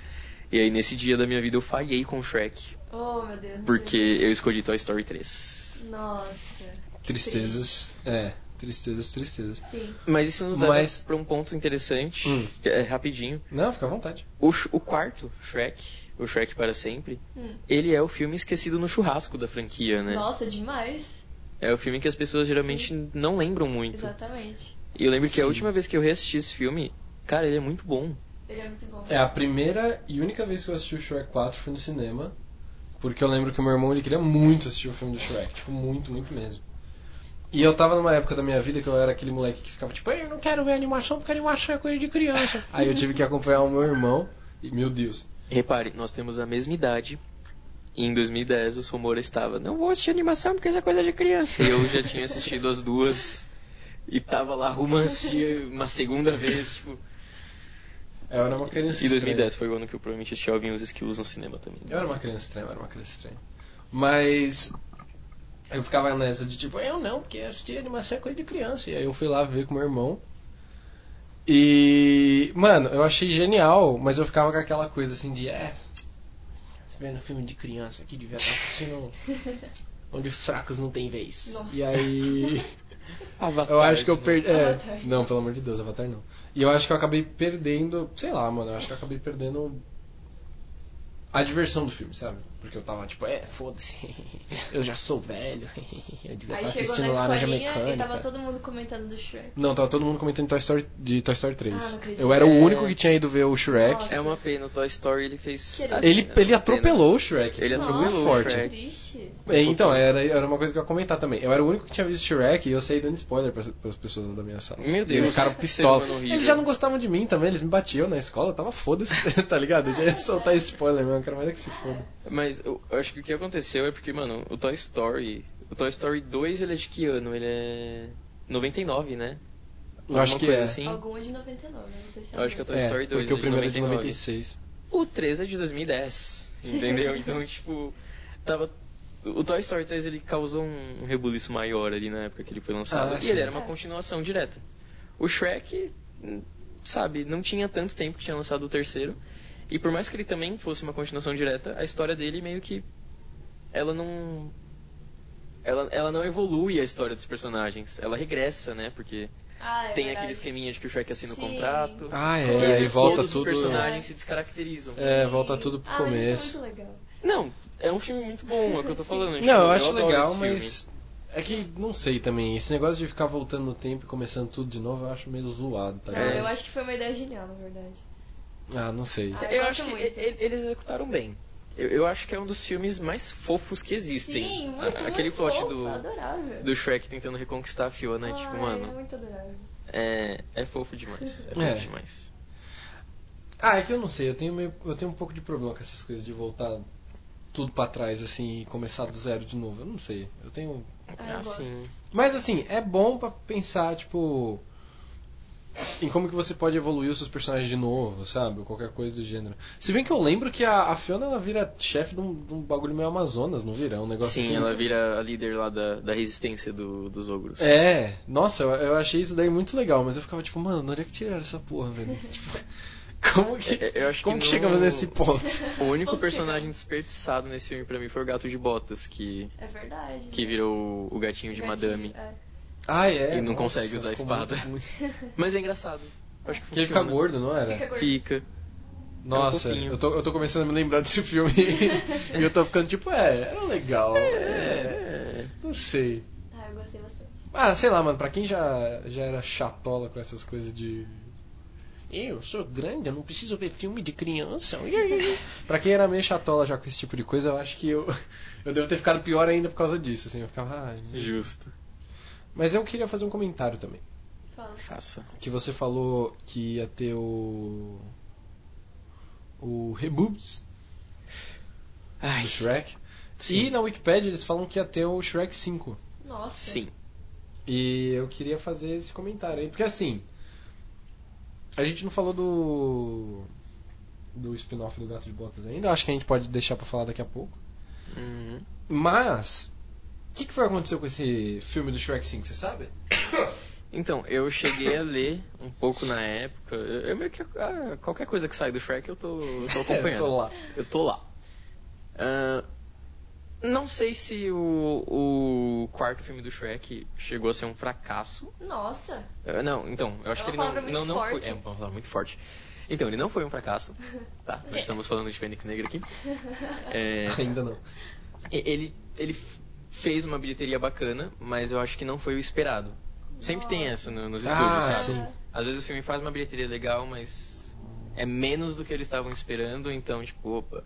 [SPEAKER 1] E aí, nesse dia da minha vida, eu falhei com o Shrek,
[SPEAKER 3] Oh, meu Deus.
[SPEAKER 1] porque eu escolhi Toy Story 3.
[SPEAKER 3] Nossa.
[SPEAKER 2] Tristezas. É, tristezas, tristezas.
[SPEAKER 3] Sim.
[SPEAKER 1] Mas isso nos leva
[SPEAKER 2] Mas-
[SPEAKER 1] pra um ponto interessante,
[SPEAKER 2] Hum.
[SPEAKER 1] é, rapidinho.
[SPEAKER 2] Não, fica à vontade.
[SPEAKER 1] O, Sh- o quarto, Shrek, o Shrek para sempre,
[SPEAKER 3] Hum.
[SPEAKER 1] ele é o filme esquecido no churrasco da franquia, né?
[SPEAKER 3] Nossa, demais.
[SPEAKER 1] É o filme que as pessoas geralmente não lembram muito.
[SPEAKER 3] Exatamente.
[SPEAKER 1] E eu lembro que a
[SPEAKER 2] Sim.
[SPEAKER 1] última vez que eu reassisti esse filme, cara, ele é muito bom.
[SPEAKER 3] Ele é muito bom.
[SPEAKER 2] É a primeira e única vez que eu assisti o Shrek 4 foi no cinema. Porque eu lembro que o meu irmão ele queria muito assistir o filme do Shrek. Tipo, muito, muito mesmo. E eu tava numa época da minha vida que eu era aquele moleque que ficava tipo, "Ei, eu não quero ver animação porque animação é coisa de criança. Aí eu tive que acompanhar o meu irmão. E, meu Deus.
[SPEAKER 1] Repare, nós temos a mesma idade. E em 2010 o Somora estava, não vou assistir animação porque isso é coisa de criança. E eu já tinha assistido as duas e tava lá arrumando assistir uma segunda vez, tipo.
[SPEAKER 2] Eu era uma criança.
[SPEAKER 1] E
[SPEAKER 2] estranha.
[SPEAKER 1] 2010 foi o ano que eu provavelmente assisti Alvin e os Esquilos no cinema também.
[SPEAKER 2] Eu era uma criança estranha, eu era uma criança estranha. Mas Eu ficava nessa de tipo, eu não, porque assistir animação é coisa de criança. E aí eu fui lá ver com meu irmão. E, mano, eu achei genial, mas eu ficava com aquela coisa assim de, é. Tá vendo filme de criança aqui, devia estar assistindo. onde os fracos não têm vez.
[SPEAKER 3] Nossa.
[SPEAKER 2] E aí.
[SPEAKER 1] Avatar,
[SPEAKER 2] Eu acho que eu
[SPEAKER 1] né?
[SPEAKER 2] perdi. É,
[SPEAKER 3] Avatar.
[SPEAKER 2] não, pelo amor de Deus, Avatar não. E eu acho que eu acabei perdendo. Sei lá, mano, eu acho que eu acabei perdendo. A diversão do filme, sabe? Porque eu tava tipo, é, foda-se, eu já sou velho, eu devia estar
[SPEAKER 3] Aí chegou
[SPEAKER 2] Tá assistindo
[SPEAKER 3] na
[SPEAKER 2] Laranja
[SPEAKER 3] escolinha
[SPEAKER 2] Mecânica.
[SPEAKER 3] e tava todo mundo comentando do Shrek.
[SPEAKER 2] né? Não, tava todo mundo comentando Toy Story, de Toy Story 3.
[SPEAKER 3] Ah, não acredito.
[SPEAKER 2] eu era o
[SPEAKER 1] É.
[SPEAKER 2] único que tinha ido ver o Shrek.
[SPEAKER 3] Nossa.
[SPEAKER 1] É uma pena, o Toy Story ele fez.
[SPEAKER 3] Ele-
[SPEAKER 1] assim,
[SPEAKER 2] Ele,
[SPEAKER 1] né?
[SPEAKER 2] ele
[SPEAKER 1] Uma
[SPEAKER 2] atropelou o Shrek.
[SPEAKER 1] Ele
[SPEAKER 2] foi
[SPEAKER 1] atropelou
[SPEAKER 2] muito
[SPEAKER 1] o
[SPEAKER 2] forte.
[SPEAKER 1] Shrek.
[SPEAKER 3] Triste.
[SPEAKER 2] É, então, era, era uma coisa que eu ia comentar também. Eu era o único que tinha visto Shrek e eu saí dando spoiler pras, pras pessoas da minha sala.
[SPEAKER 1] Meu
[SPEAKER 2] E
[SPEAKER 1] Deus,
[SPEAKER 2] Os caras
[SPEAKER 1] que
[SPEAKER 2] pistola.
[SPEAKER 1] ser humano horrível.
[SPEAKER 2] Eles já não gostavam de mim também, eles me batiam na escola, eu tava foda-se, tá ligado? Eu já ia soltar spoiler mesmo, eu quero mais é que se foda.
[SPEAKER 1] pena. Mas eu eu acho que o que aconteceu é porque, mano, o Toy Story. O Toy Story 2 ele é de que ano? Ele é. 99, né?
[SPEAKER 2] Eu acho
[SPEAKER 1] Alguma
[SPEAKER 2] que
[SPEAKER 1] coisa
[SPEAKER 2] é.
[SPEAKER 1] assim.
[SPEAKER 3] Alguma de 99, não sei se é
[SPEAKER 1] Eu acho que eu
[SPEAKER 3] alguma.
[SPEAKER 1] Toy
[SPEAKER 2] é,
[SPEAKER 1] Story 2
[SPEAKER 2] porque
[SPEAKER 1] é
[SPEAKER 2] o
[SPEAKER 1] de
[SPEAKER 2] primeiro é de
[SPEAKER 1] 99.
[SPEAKER 2] 96.
[SPEAKER 1] O 3 é de 2010, entendeu? Então, tipo, tava. O Toy Story 3 ele causou um rebuliço maior ali na época que ele foi lançado.
[SPEAKER 2] Ah,
[SPEAKER 1] e
[SPEAKER 2] sim.
[SPEAKER 1] ele era uma
[SPEAKER 3] É.
[SPEAKER 1] continuação direta. O Shrek, hum, sabe, não tinha tanto tempo que tinha lançado o terceiro. E por mais que ele também fosse uma continuação direta, a história dele meio que. Ela não. Ela, ela não evolui a história dos personagens. Ela regressa, né? Porque
[SPEAKER 3] Ah, é
[SPEAKER 1] tem
[SPEAKER 3] verdade.
[SPEAKER 1] aquele esqueminha de que o Shrek assina
[SPEAKER 3] Sim.
[SPEAKER 1] o contrato.
[SPEAKER 2] Ah, é,
[SPEAKER 1] e
[SPEAKER 2] e aí volta
[SPEAKER 1] todos
[SPEAKER 2] tudo.
[SPEAKER 1] os personagens se descaracterizam.
[SPEAKER 2] É, volta tudo pro
[SPEAKER 3] ah, Mas isso
[SPEAKER 2] começo.
[SPEAKER 3] é muito legal.
[SPEAKER 1] Não, é um filme muito bom, é o que eu tô falando. tipo,
[SPEAKER 2] Não, eu acho
[SPEAKER 1] adoro
[SPEAKER 2] legal,
[SPEAKER 1] esse filme.
[SPEAKER 2] mas. É que não sei também, esse negócio de ficar voltando no tempo e começando tudo de novo, eu acho meio zoado, tá
[SPEAKER 3] Não,
[SPEAKER 2] ligado?
[SPEAKER 1] É.
[SPEAKER 3] eu acho que foi uma ideia genial, na verdade.
[SPEAKER 2] Ah, não sei.
[SPEAKER 3] Ah,
[SPEAKER 1] Eu
[SPEAKER 3] gosto
[SPEAKER 1] acho que e-
[SPEAKER 3] muito.
[SPEAKER 1] e- eles executaram bem. Eu, eu acho que é um dos filmes mais fofos que existem.
[SPEAKER 3] Sim, muito,
[SPEAKER 1] A- Aquele
[SPEAKER 3] muito
[SPEAKER 1] plot
[SPEAKER 3] fofo,
[SPEAKER 1] do,
[SPEAKER 3] adorável.
[SPEAKER 1] do Shrek tentando reconquistar a Fiona, é tipo,
[SPEAKER 3] Ai,
[SPEAKER 1] mano,
[SPEAKER 3] muito adorável.
[SPEAKER 1] é, é fofo demais. É fofo
[SPEAKER 2] É.
[SPEAKER 1] demais.
[SPEAKER 2] Ah, é que eu não sei, eu tenho, meio, eu tenho um pouco de problema com essas coisas de voltar tudo pra trás, assim, e começar do zero de novo. Eu não sei, eu tenho.
[SPEAKER 3] Ah, eu gosto.
[SPEAKER 1] assim.
[SPEAKER 2] Mas assim, é bom pra pensar, tipo. Em como que você pode evoluir os seus personagens de novo, sabe? Ou qualquer coisa do gênero. Se bem que eu lembro que a, a Fiona ela vira chefe de um, de um bagulho meio Amazonas, não vira? É Um negócio
[SPEAKER 1] Sim,
[SPEAKER 2] assim.
[SPEAKER 1] ela vira a líder lá da, da resistência do- dos ogros.
[SPEAKER 2] É, nossa, eu, eu achei isso daí muito legal, mas eu ficava tipo, mano, onde é que tiraram essa porra, velho? Tipo, como que,
[SPEAKER 1] É, é, eu acho
[SPEAKER 2] como
[SPEAKER 1] que
[SPEAKER 2] que,
[SPEAKER 1] no-
[SPEAKER 2] chegamos nesse ponto?
[SPEAKER 1] O único
[SPEAKER 3] Vamos
[SPEAKER 1] personagem desperdiçado nesse filme pra mim foi o gato de botas, que,
[SPEAKER 3] É verdade.
[SPEAKER 1] que
[SPEAKER 3] né?
[SPEAKER 1] virou o gatinho de
[SPEAKER 3] Gatinho,
[SPEAKER 1] madame.
[SPEAKER 3] é.
[SPEAKER 2] Ah, é.
[SPEAKER 1] E não consegue usar a
[SPEAKER 2] ficou muito
[SPEAKER 1] espada.
[SPEAKER 2] ruim.
[SPEAKER 1] Mas é engraçado. Eu acho que
[SPEAKER 2] Porque ele
[SPEAKER 1] funciona.
[SPEAKER 2] fica gordo,
[SPEAKER 1] É.
[SPEAKER 2] não era?
[SPEAKER 3] Fica gordo.
[SPEAKER 1] Fica. um
[SPEAKER 2] Nossa,
[SPEAKER 1] fofinho.
[SPEAKER 2] eu tô, eu tô começando a me lembrar desse filme. e eu tô ficando tipo, é, era legal. É,
[SPEAKER 1] É.
[SPEAKER 2] não sei.
[SPEAKER 3] Ah, eu gostei bastante.
[SPEAKER 2] Ah, sei lá, mano, pra quem já, já era chatola com essas coisas de. Eu sou grande, eu não preciso ver filme de criança. pra quem era meio chatola já com esse tipo de coisa, eu acho que eu, eu devo ter ficado pior ainda por causa disso. Assim, eu ficava. "Ah, não."
[SPEAKER 1] Justo.
[SPEAKER 2] Mas eu queria fazer um comentário também.
[SPEAKER 3] Fala.
[SPEAKER 1] Faça.
[SPEAKER 2] Que você falou que ia ter o. O Reboobs
[SPEAKER 1] Ai,
[SPEAKER 2] do Shrek. E
[SPEAKER 1] sim.
[SPEAKER 2] na Wikipedia eles falam que ia ter o Shrek 5.
[SPEAKER 3] Nossa.
[SPEAKER 1] Sim.
[SPEAKER 2] E eu queria fazer esse comentário aí. Porque assim. A gente não falou do. Do spin-off do Gato de Botas ainda. Acho que a gente pode deixar pra falar daqui a pouco.
[SPEAKER 1] Uhum.
[SPEAKER 2] Mas. O que, que foi que aconteceu com esse filme do Shrek 5? Você sabe?
[SPEAKER 1] Então, eu cheguei a ler um pouco na época. Eu, eu meio que. ah, qualquer coisa que sai do Shrek eu tô, É, eu tô
[SPEAKER 2] eu
[SPEAKER 1] acompanhando.
[SPEAKER 2] tô lá.
[SPEAKER 1] Eu tô lá. Ah, não sei se o, o quarto filme do Shrek chegou a ser um fracasso.
[SPEAKER 3] Nossa.
[SPEAKER 1] Ah, Não, então, eu acho
[SPEAKER 3] É
[SPEAKER 1] que
[SPEAKER 3] uma
[SPEAKER 1] ele
[SPEAKER 3] palavra
[SPEAKER 1] não,
[SPEAKER 3] muito
[SPEAKER 1] não, não foi.
[SPEAKER 3] forte.
[SPEAKER 1] É uma palavra muito forte. Então, ele não foi um fracasso. Tá, nós estamos falando de Fênix Negra aqui. É,
[SPEAKER 2] Ainda não.
[SPEAKER 1] e- ele, ele f- fez uma bilheteria bacana, mas eu acho que não foi o esperado. Sempre tem essa no- nos estúdios,
[SPEAKER 2] Ah,
[SPEAKER 1] sabe?
[SPEAKER 2] sim.
[SPEAKER 1] Às vezes o filme faz uma bilheteria legal, mas é menos do que eles estavam esperando, então, tipo, opa.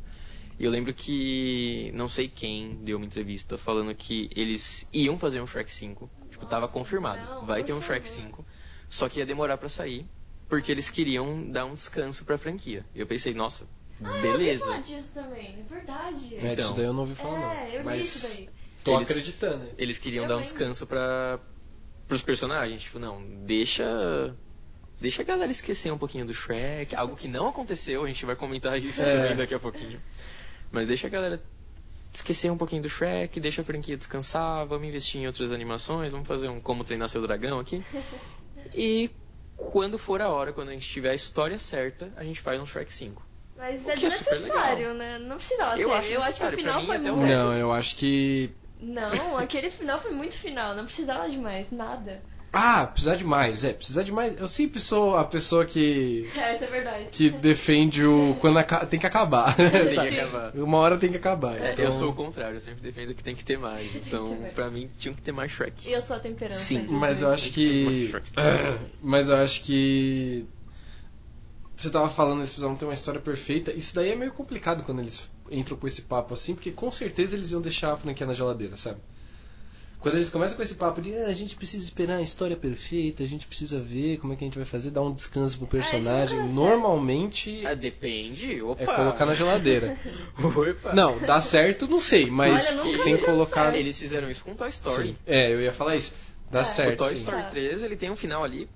[SPEAKER 1] E eu lembro que não sei quem deu uma entrevista falando que eles iam fazer um Shrek 5. Tipo, tava
[SPEAKER 3] Nossa,
[SPEAKER 1] confirmado.
[SPEAKER 3] não,
[SPEAKER 1] vai
[SPEAKER 3] por
[SPEAKER 1] ter um Shrek
[SPEAKER 3] favor.
[SPEAKER 1] 5. Só que ia demorar pra sair, porque eles queriam dar um descanso pra franquia. E eu pensei, nossa,
[SPEAKER 3] Ah,
[SPEAKER 1] beleza.
[SPEAKER 3] Eu ouvi falar disso também. É verdade.
[SPEAKER 2] É,
[SPEAKER 1] Então.
[SPEAKER 2] isso daí eu não ouvi falar, não.
[SPEAKER 3] É, eu vi
[SPEAKER 2] Mas
[SPEAKER 3] isso daí.
[SPEAKER 2] Tô
[SPEAKER 1] eles,
[SPEAKER 2] acreditando. hein?
[SPEAKER 1] Eles queriam
[SPEAKER 3] Eu
[SPEAKER 1] dar um
[SPEAKER 3] lembro.
[SPEAKER 1] descanso para os personagens. Tipo, não, deixa. Deixa a galera esquecer um pouquinho do Shrek. Algo que não aconteceu, a gente vai comentar isso
[SPEAKER 2] É.
[SPEAKER 1] também daqui a pouquinho. Mas deixa a galera esquecer um pouquinho do Shrek, deixa a franquia descansar, vamos investir em outras animações, vamos fazer um Como Treinar Seu Dragão aqui. E quando for a hora, quando a gente tiver a história certa, a gente faz um Shrek 5.
[SPEAKER 3] Mas
[SPEAKER 1] O
[SPEAKER 3] é
[SPEAKER 1] que é super
[SPEAKER 3] desnecessário, né? Não precisava
[SPEAKER 1] Eu
[SPEAKER 3] ter.
[SPEAKER 1] acho
[SPEAKER 3] eu acho que o
[SPEAKER 1] necessário,
[SPEAKER 3] final
[SPEAKER 1] pra
[SPEAKER 3] foi
[SPEAKER 1] mim, até um o
[SPEAKER 3] muito.
[SPEAKER 2] Não, eu acho que.
[SPEAKER 3] Não, aquele final foi muito final. Não precisava de mais nada.
[SPEAKER 2] Ah, precisar de mais. É, precisar de mais. Eu sempre sou a pessoa que.
[SPEAKER 3] É, isso é verdade.
[SPEAKER 2] que defende o. quando aca- tem que acabar.
[SPEAKER 1] Tem que
[SPEAKER 2] sabe?
[SPEAKER 1] acabar.
[SPEAKER 2] Uma hora tem que acabar.
[SPEAKER 1] É,
[SPEAKER 2] então-
[SPEAKER 1] Eu sou o contrário, eu sempre defendo que tem que ter mais. Então, pra mim, tinha que ter mais
[SPEAKER 3] E
[SPEAKER 1] Shrek.
[SPEAKER 3] eu sou a tá temperança.
[SPEAKER 1] Sim,
[SPEAKER 3] entre os
[SPEAKER 2] Mas eu
[SPEAKER 3] dois.
[SPEAKER 2] acho que. Mas eu acho que. Você tava falando, eles precisavam ter uma história perfeita. Isso daí é meio complicado quando eles entram com esse papo assim, porque com certeza eles iam deixar a franquia na geladeira, sabe? Quando eles começam com esse papo de "Ah, a gente precisa esperar a história perfeita, a gente precisa ver como é que a gente vai fazer, dar um descanso pro
[SPEAKER 3] Ah, isso
[SPEAKER 2] personagem,
[SPEAKER 3] nunca dá certo.
[SPEAKER 2] normalmente
[SPEAKER 1] Ah, depende, opa.
[SPEAKER 2] é colocar na geladeira.
[SPEAKER 1] Opa.
[SPEAKER 2] Não, dá certo, não sei, mas
[SPEAKER 3] Olha, nunca
[SPEAKER 2] tem que
[SPEAKER 3] deu
[SPEAKER 2] colocar.
[SPEAKER 3] certo.
[SPEAKER 1] Eles fizeram isso com o Toy Story.
[SPEAKER 2] Sim. É, eu ia falar isso. Dá
[SPEAKER 3] É.
[SPEAKER 1] O
[SPEAKER 2] certo.
[SPEAKER 1] Toy
[SPEAKER 2] sim.
[SPEAKER 1] Story
[SPEAKER 3] Tá.
[SPEAKER 1] 3, ele tem um final ali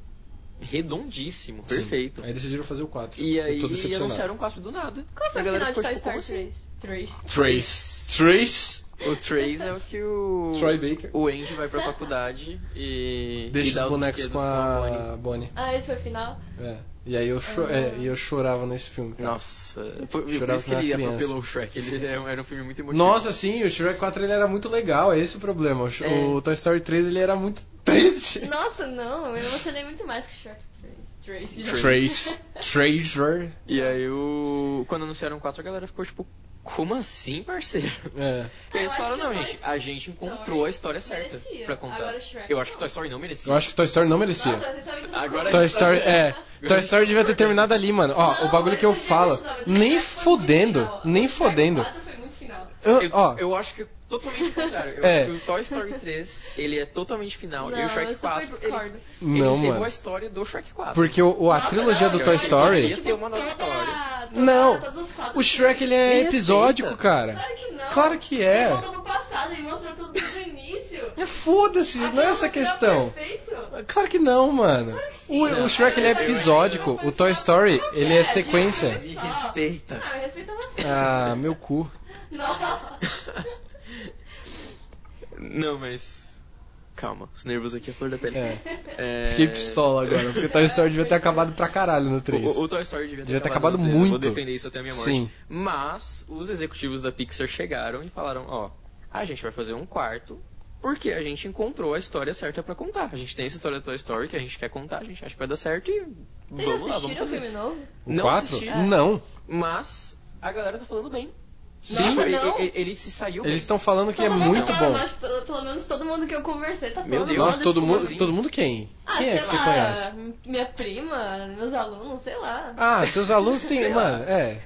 [SPEAKER 1] redondíssimo,
[SPEAKER 2] Sim. É, tipo,
[SPEAKER 1] perfeito.
[SPEAKER 2] Aí decidiram fazer o 4.
[SPEAKER 1] E
[SPEAKER 2] eu
[SPEAKER 1] aí
[SPEAKER 2] tô decepcionado.
[SPEAKER 1] anunciaram o 4 do nada.
[SPEAKER 3] Qual foi
[SPEAKER 1] A
[SPEAKER 3] o
[SPEAKER 1] galera
[SPEAKER 3] final de
[SPEAKER 1] ficou
[SPEAKER 3] Toy
[SPEAKER 1] tipo, como
[SPEAKER 3] Story
[SPEAKER 1] assim?
[SPEAKER 3] 3? 3.
[SPEAKER 2] Trace. Trace.
[SPEAKER 1] O Trace é o que o.
[SPEAKER 2] Troy Baker.
[SPEAKER 1] O Andy vai pra faculdade e. e
[SPEAKER 2] Deixa
[SPEAKER 1] dá
[SPEAKER 2] os bonecos com
[SPEAKER 1] brinquedos Bonnie.
[SPEAKER 2] a Bonnie.
[SPEAKER 3] Ah, esse foi o final?
[SPEAKER 2] É. E aí eu, cho-
[SPEAKER 3] Ah.
[SPEAKER 2] é, e eu chorava nesse filme. cara.
[SPEAKER 1] Nossa, por, por
[SPEAKER 2] Chorava
[SPEAKER 1] isso que
[SPEAKER 2] com a
[SPEAKER 1] ele
[SPEAKER 2] criança.
[SPEAKER 1] atropelou o Shrek. Ele era um- era um filme muito emotivo.
[SPEAKER 2] Nossa, sim, o Shrek 4 ele era muito legal, é esse o problema. O, Sh-
[SPEAKER 1] É.
[SPEAKER 2] o Toy Story 3 ele era muito triste.
[SPEAKER 3] Nossa, não, eu emocionei muito mais que o Shrek 3.
[SPEAKER 1] Trace.
[SPEAKER 2] Treasure.
[SPEAKER 1] E aí o. Quando anunciaram o 4, a galera ficou tipo. Como assim, parceiro?
[SPEAKER 2] É.
[SPEAKER 1] E eles
[SPEAKER 3] acho
[SPEAKER 1] falaram,
[SPEAKER 3] que
[SPEAKER 1] não,
[SPEAKER 3] o Toy
[SPEAKER 1] gente, a gente encontrou a história certa
[SPEAKER 3] merecia.
[SPEAKER 1] pra contar.
[SPEAKER 3] Agora o Shrek
[SPEAKER 1] Eu acho que
[SPEAKER 3] não.
[SPEAKER 1] Toy Story não merecia.
[SPEAKER 2] Eu acho que Toy Story não merecia.
[SPEAKER 3] Nossa, vocês sabem tudo.
[SPEAKER 1] Agora-
[SPEAKER 2] Toy Story, é. Toy Story devia ter terminado ali, mano. Ó,
[SPEAKER 3] Não,
[SPEAKER 2] o bagulho que eu
[SPEAKER 3] mas
[SPEAKER 2] falo.
[SPEAKER 3] gente, não, mas o
[SPEAKER 2] Nem
[SPEAKER 3] Shrek foi muito
[SPEAKER 2] fodendo,
[SPEAKER 3] final.
[SPEAKER 2] nem
[SPEAKER 3] O Shrek
[SPEAKER 2] fodendo.
[SPEAKER 3] 4 foi muito final.
[SPEAKER 2] Eu-
[SPEAKER 1] Eu,
[SPEAKER 2] ó,
[SPEAKER 1] eu acho que é totalmente o contrário. Eu
[SPEAKER 2] É.
[SPEAKER 1] acho que o Toy Story 3, ele é totalmente final. e
[SPEAKER 3] Não,
[SPEAKER 1] o
[SPEAKER 3] eu
[SPEAKER 1] Shrek
[SPEAKER 3] super
[SPEAKER 1] 4, ele,
[SPEAKER 3] discordo.
[SPEAKER 1] ele
[SPEAKER 2] não,
[SPEAKER 1] encerrou a
[SPEAKER 2] mano.
[SPEAKER 1] história do Shrek 4.
[SPEAKER 2] Porque o, o- a
[SPEAKER 3] Nossa,
[SPEAKER 2] trilogia
[SPEAKER 3] não,
[SPEAKER 2] do
[SPEAKER 3] eu
[SPEAKER 2] Toy
[SPEAKER 3] acho que
[SPEAKER 2] Story.
[SPEAKER 3] devia
[SPEAKER 1] ter uma nova
[SPEAKER 3] toda-
[SPEAKER 1] história.
[SPEAKER 3] toda-
[SPEAKER 2] Não,
[SPEAKER 3] todos os quatro
[SPEAKER 2] O Shrek ele é
[SPEAKER 1] Respeita.
[SPEAKER 2] episódico, cara.
[SPEAKER 3] Claro que não.
[SPEAKER 2] Claro que é.
[SPEAKER 3] Ele voltou pro passado, ele mostrou tudo desde o início.
[SPEAKER 2] É, Foda-se, não é
[SPEAKER 3] Aquela
[SPEAKER 2] essa
[SPEAKER 3] final
[SPEAKER 2] questão.
[SPEAKER 3] perfeito.
[SPEAKER 2] Claro que não, mano.
[SPEAKER 3] Claro que sim.
[SPEAKER 2] O, o Shrek ele é episódico, o Toy Story ele é sequência.
[SPEAKER 1] Me respeita.
[SPEAKER 3] Ah, me respeita você.
[SPEAKER 2] Ah, meu cu.
[SPEAKER 3] Não.
[SPEAKER 1] Não, mas. Calma, os nervos aqui é flor da pele.
[SPEAKER 2] É.
[SPEAKER 1] É,
[SPEAKER 2] Fiquei pistola agora, porque tá o Toy Story devia ter acabado pra caralho no 3.
[SPEAKER 1] O, o Toy Story devia ter,
[SPEAKER 2] Devia ter acabado
[SPEAKER 1] no três, eu
[SPEAKER 2] muito.
[SPEAKER 1] Vou defender isso até a minha morte.
[SPEAKER 2] Sim.
[SPEAKER 1] Mas os executivos da Pixar chegaram e falaram, ó, a gente vai fazer um quarto porque a gente encontrou a história certa pra contar. A gente tem essa história do Toy Story que a gente quer contar, a gente acha que vai dar certo e vamos lá,
[SPEAKER 3] Vocês
[SPEAKER 1] vamos
[SPEAKER 3] assistiram o
[SPEAKER 1] fazer.
[SPEAKER 3] filme novo?
[SPEAKER 2] O
[SPEAKER 1] não
[SPEAKER 2] 4?
[SPEAKER 1] assisti.
[SPEAKER 2] Não.
[SPEAKER 1] Mas a galera tá falando bem.
[SPEAKER 2] Sim.
[SPEAKER 1] Tipo, e-
[SPEAKER 3] não.
[SPEAKER 1] e- e- ele se saiu
[SPEAKER 2] Eles
[SPEAKER 1] bem.
[SPEAKER 2] estão falando que é
[SPEAKER 3] Todo mundo
[SPEAKER 2] muito
[SPEAKER 3] fala
[SPEAKER 2] bom.
[SPEAKER 3] mal, tipo, Pelo, pelo menos todo mundo que eu conversei tá falando
[SPEAKER 1] Meu Deus,
[SPEAKER 3] mal
[SPEAKER 2] Nossa,
[SPEAKER 3] desse
[SPEAKER 2] todo
[SPEAKER 3] filme.
[SPEAKER 2] mundo.
[SPEAKER 1] assim.
[SPEAKER 2] Todo mundo quem?
[SPEAKER 3] Ah,
[SPEAKER 2] Quem é
[SPEAKER 3] sei
[SPEAKER 2] que você
[SPEAKER 3] lá,
[SPEAKER 2] conhece?
[SPEAKER 3] Minha prima, meus alunos, sei lá.
[SPEAKER 2] Ah, seus alunos têm.
[SPEAKER 1] Sei
[SPEAKER 2] Mano,
[SPEAKER 1] lá.
[SPEAKER 2] é.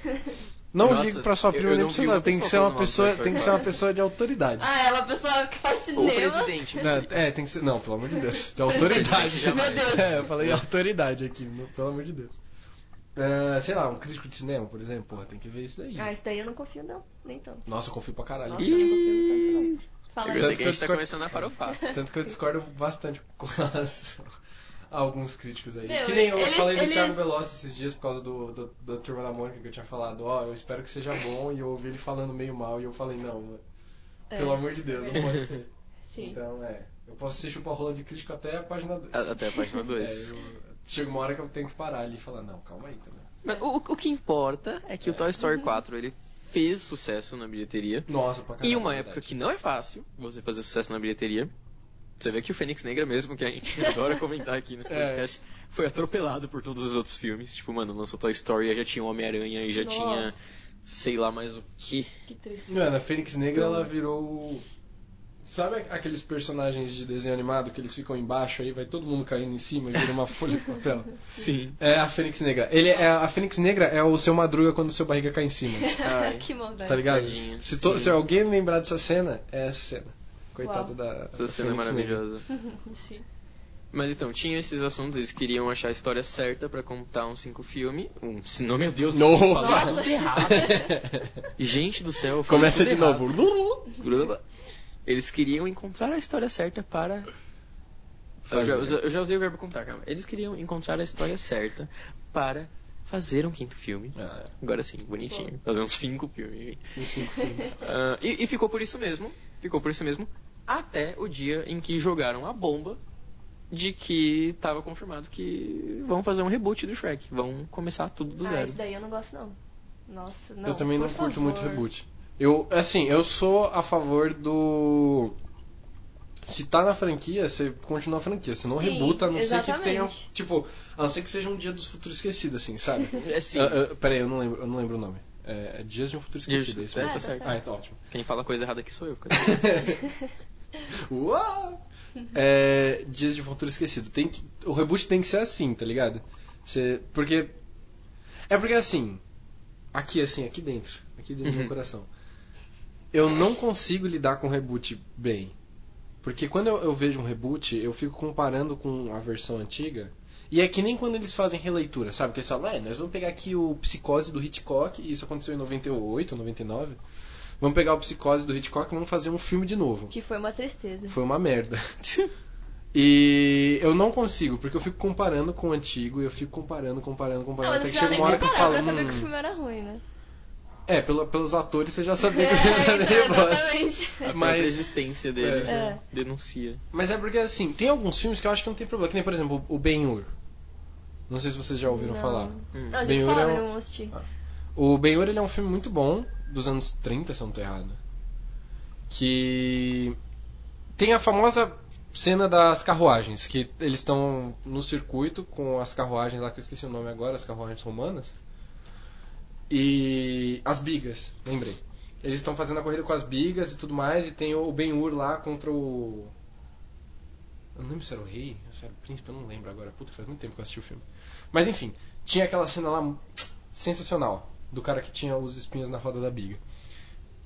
[SPEAKER 2] Não
[SPEAKER 1] Nossa,
[SPEAKER 2] ligo pra sua
[SPEAKER 1] eu-
[SPEAKER 2] prima
[SPEAKER 1] eu
[SPEAKER 2] nem
[SPEAKER 1] não
[SPEAKER 2] pra seus
[SPEAKER 1] vi uma
[SPEAKER 2] alunos. Tem que
[SPEAKER 1] pessoa
[SPEAKER 2] ser uma
[SPEAKER 1] falando mal do
[SPEAKER 2] pessoa.
[SPEAKER 1] Toy Story
[SPEAKER 2] Tem que ser uma
[SPEAKER 1] 4.
[SPEAKER 2] pessoa de autoridade.
[SPEAKER 3] Ah, ela é uma pessoa que faz
[SPEAKER 1] O
[SPEAKER 3] cinema.
[SPEAKER 1] presidente.
[SPEAKER 2] Não, é, tem que ser. Não, pelo amor de Deus. De autoridade.
[SPEAKER 1] Meu Deus.
[SPEAKER 2] É, eu falei autoridade aqui, meu- pelo amor de Deus. Ah, sei lá, um crítico de cinema, por exemplo, porra, tem que ver isso daí.
[SPEAKER 3] Ah, isso daí eu não confio, não. Nem tanto.
[SPEAKER 2] Nossa, eu confio pra caralho.
[SPEAKER 3] Nossa, eu não confio no tanto, não. Fala
[SPEAKER 1] Eu tá, sei que a
[SPEAKER 2] Tanto que
[SPEAKER 3] aí.
[SPEAKER 2] eu
[SPEAKER 1] gente tá
[SPEAKER 2] discordo-
[SPEAKER 1] começando a farofar.
[SPEAKER 2] Tanto que eu discordo bastante com as- alguns críticos aí.
[SPEAKER 3] Meu,
[SPEAKER 2] que nem eu
[SPEAKER 3] ele-
[SPEAKER 2] falei do
[SPEAKER 3] ele-
[SPEAKER 2] Thiago Veloso esses dias por causa do, do, da Turma da Mônica que eu tinha falado, ó, eu espero que seja bom, e eu ouvi ele falando meio mal, e eu falei, não, mano,
[SPEAKER 3] É,
[SPEAKER 2] pelo amor de Deus, não pode ser.
[SPEAKER 3] Sim.
[SPEAKER 2] Então, é, eu posso ser chupa-rola de crítico até a página 2.
[SPEAKER 1] A- Até a página
[SPEAKER 2] É,
[SPEAKER 1] 2.
[SPEAKER 2] eu- Chega uma hora que eu tenho que parar ali e falar, não, calma aí também.
[SPEAKER 1] Mas o, o que importa é que o Toy Story 4 ele fez sucesso na bilheteria.
[SPEAKER 2] Nossa, pra caralho.
[SPEAKER 1] E uma
[SPEAKER 2] é
[SPEAKER 1] época
[SPEAKER 2] verdade.
[SPEAKER 1] que não é fácil você fazer sucesso na bilheteria. Você vê que o Fênix Negra mesmo, que a gente adora comentar aqui nesse
[SPEAKER 2] É.
[SPEAKER 1] podcast, foi atropelado por todos os outros filmes. Tipo, mano, lançou Toy Story, aí já tinha o Homem-Aranha, e já
[SPEAKER 3] Nossa.
[SPEAKER 1] tinha sei lá mais o que.
[SPEAKER 3] Que triste.
[SPEAKER 2] Mano, a Fênix Negra
[SPEAKER 1] né?
[SPEAKER 2] ela virou. Sabe aqueles personagens de desenho animado que eles ficam embaixo aí, vai todo mundo caindo em cima e vira uma folha de papel?
[SPEAKER 1] Sim.
[SPEAKER 2] É a Fênix Negra. Ele é, a Fênix Negra é o seu madruga quando o seu barriga cai em cima.
[SPEAKER 1] Ai.
[SPEAKER 3] que maldade.
[SPEAKER 2] Tá ligado?
[SPEAKER 1] Tadinha.
[SPEAKER 2] Se, to-
[SPEAKER 1] É, Sim.
[SPEAKER 2] se alguém lembrar dessa cena, é essa cena. Coitado
[SPEAKER 3] Uau.
[SPEAKER 2] da.
[SPEAKER 1] Essa
[SPEAKER 2] da
[SPEAKER 1] cena é
[SPEAKER 2] Fênix Negra.
[SPEAKER 1] maravilhosa.
[SPEAKER 3] Sim.
[SPEAKER 1] Mas então, tinha esses assuntos, eles queriam achar a história certa pra contar um cinco filme. Um, se não, meu Deus,
[SPEAKER 2] No.
[SPEAKER 1] falaram
[SPEAKER 3] Nossa.
[SPEAKER 1] tudo errado. Gente do céu, falaram
[SPEAKER 2] Começa
[SPEAKER 1] tudo
[SPEAKER 2] de
[SPEAKER 1] errado.
[SPEAKER 2] novo. Lulu.
[SPEAKER 1] Gruba. Eles queriam encontrar a história certa para.
[SPEAKER 2] né?
[SPEAKER 1] Eu já, eu já usei o verbo contar, calma. Eles queriam encontrar a história certa para fazer um quinto filme.
[SPEAKER 2] Ah,
[SPEAKER 1] Agora sim, bonitinho. Fazer uns cinco filmes.
[SPEAKER 2] um cinco filme.
[SPEAKER 1] Ah, e, e ficou por isso mesmo. Ficou por isso mesmo. Até o dia em que jogaram a bomba de que tava confirmado que vão fazer um reboot do Shrek. Vão começar tudo do
[SPEAKER 3] Ah,
[SPEAKER 1] zero.
[SPEAKER 3] isso daí eu não gosto não. Nossa, não.
[SPEAKER 2] eu também não
[SPEAKER 3] por
[SPEAKER 2] curto
[SPEAKER 3] favor.
[SPEAKER 2] muito reboot. Eu, assim, eu sou a favor do. Se tá na franquia, você continua a franquia. Se não
[SPEAKER 3] Sim,
[SPEAKER 2] rebuta, a não ser que
[SPEAKER 3] exatamente.
[SPEAKER 2] tenha. Tipo, a não ser que seja um dia dos futuros esquecido, assim, sabe?
[SPEAKER 1] É sim.
[SPEAKER 2] Ah, ah, peraí, eu não lembro, eu não lembro o nome. É, é Dias de um Futuro Esquecido, é isso
[SPEAKER 1] é,
[SPEAKER 2] mesmo?
[SPEAKER 1] tá
[SPEAKER 3] tá
[SPEAKER 1] certo.
[SPEAKER 3] certo.
[SPEAKER 2] Ah, então ótimo.
[SPEAKER 1] Quem fala coisa errada aqui sou eu. cara.
[SPEAKER 2] Uau! É, Dias de um Futuro Esquecido. Tem que- o reboot tem que ser assim, tá ligado? Você- porque. É porque assim. Aqui, assim, aqui dentro. Aqui dentro do
[SPEAKER 1] Uhum.
[SPEAKER 2] meu coração. Eu não consigo lidar com reboot bem. Porque quando eu, eu vejo um reboot, eu fico comparando com a versão antiga. E é que nem quando eles fazem releitura, sabe? Que eles falam, é, nós vamos pegar aqui o Psicose do Hitchcock, e isso aconteceu em 98, 99. Vamos pegar o Psicose do Hitchcock e vamos fazer um filme de novo.
[SPEAKER 3] Que foi uma tristeza.
[SPEAKER 2] Foi uma merda. E eu não consigo, porque eu fico comparando com o antigo, e eu fico comparando, comparando,
[SPEAKER 3] Não,
[SPEAKER 2] comparando,
[SPEAKER 3] mas
[SPEAKER 2] até
[SPEAKER 3] não
[SPEAKER 2] que
[SPEAKER 3] precisava
[SPEAKER 2] chega
[SPEAKER 3] nem
[SPEAKER 2] uma hora que eu
[SPEAKER 3] comparar
[SPEAKER 2] falo.
[SPEAKER 3] pra saber que o
[SPEAKER 2] "Hum,
[SPEAKER 3] filme era ruim, né?
[SPEAKER 2] é, pelo- pelos atores você já sabia que o filme era meio bosta.
[SPEAKER 3] É, então, Exatamente.
[SPEAKER 1] A
[SPEAKER 2] Mas-
[SPEAKER 1] própria existência dele
[SPEAKER 2] É.
[SPEAKER 1] né, denuncia.
[SPEAKER 2] Mas é porque assim, tem alguns filmes que eu acho que não tem problema, que nem, por exemplo, o Ben-Hur. Não sei se vocês já ouviram
[SPEAKER 3] Não.
[SPEAKER 2] falar.
[SPEAKER 1] Hum.
[SPEAKER 3] Não,
[SPEAKER 2] Bem,
[SPEAKER 3] já falaram,
[SPEAKER 2] eu-
[SPEAKER 3] eu não assisti.
[SPEAKER 2] O Ben-Hur ele é um filme muito bom, dos anos 30, se eu não tô errado. Que tem a famosa cena das carruagens, que eles estão no circuito com as carruagens lá, que eu esqueci o nome agora, as carruagens romanas. E as bigas, lembrei. Eles estão fazendo a corrida com as bigas e tudo mais, e tem o Ben-Hur lá contra o... Eu não lembro se era o rei, se era o príncipe, eu não lembro agora. Puta, faz muito tempo que eu assisti o filme. Mas enfim, tinha aquela cena lá sensacional do cara que tinha os espinhos na roda da biga.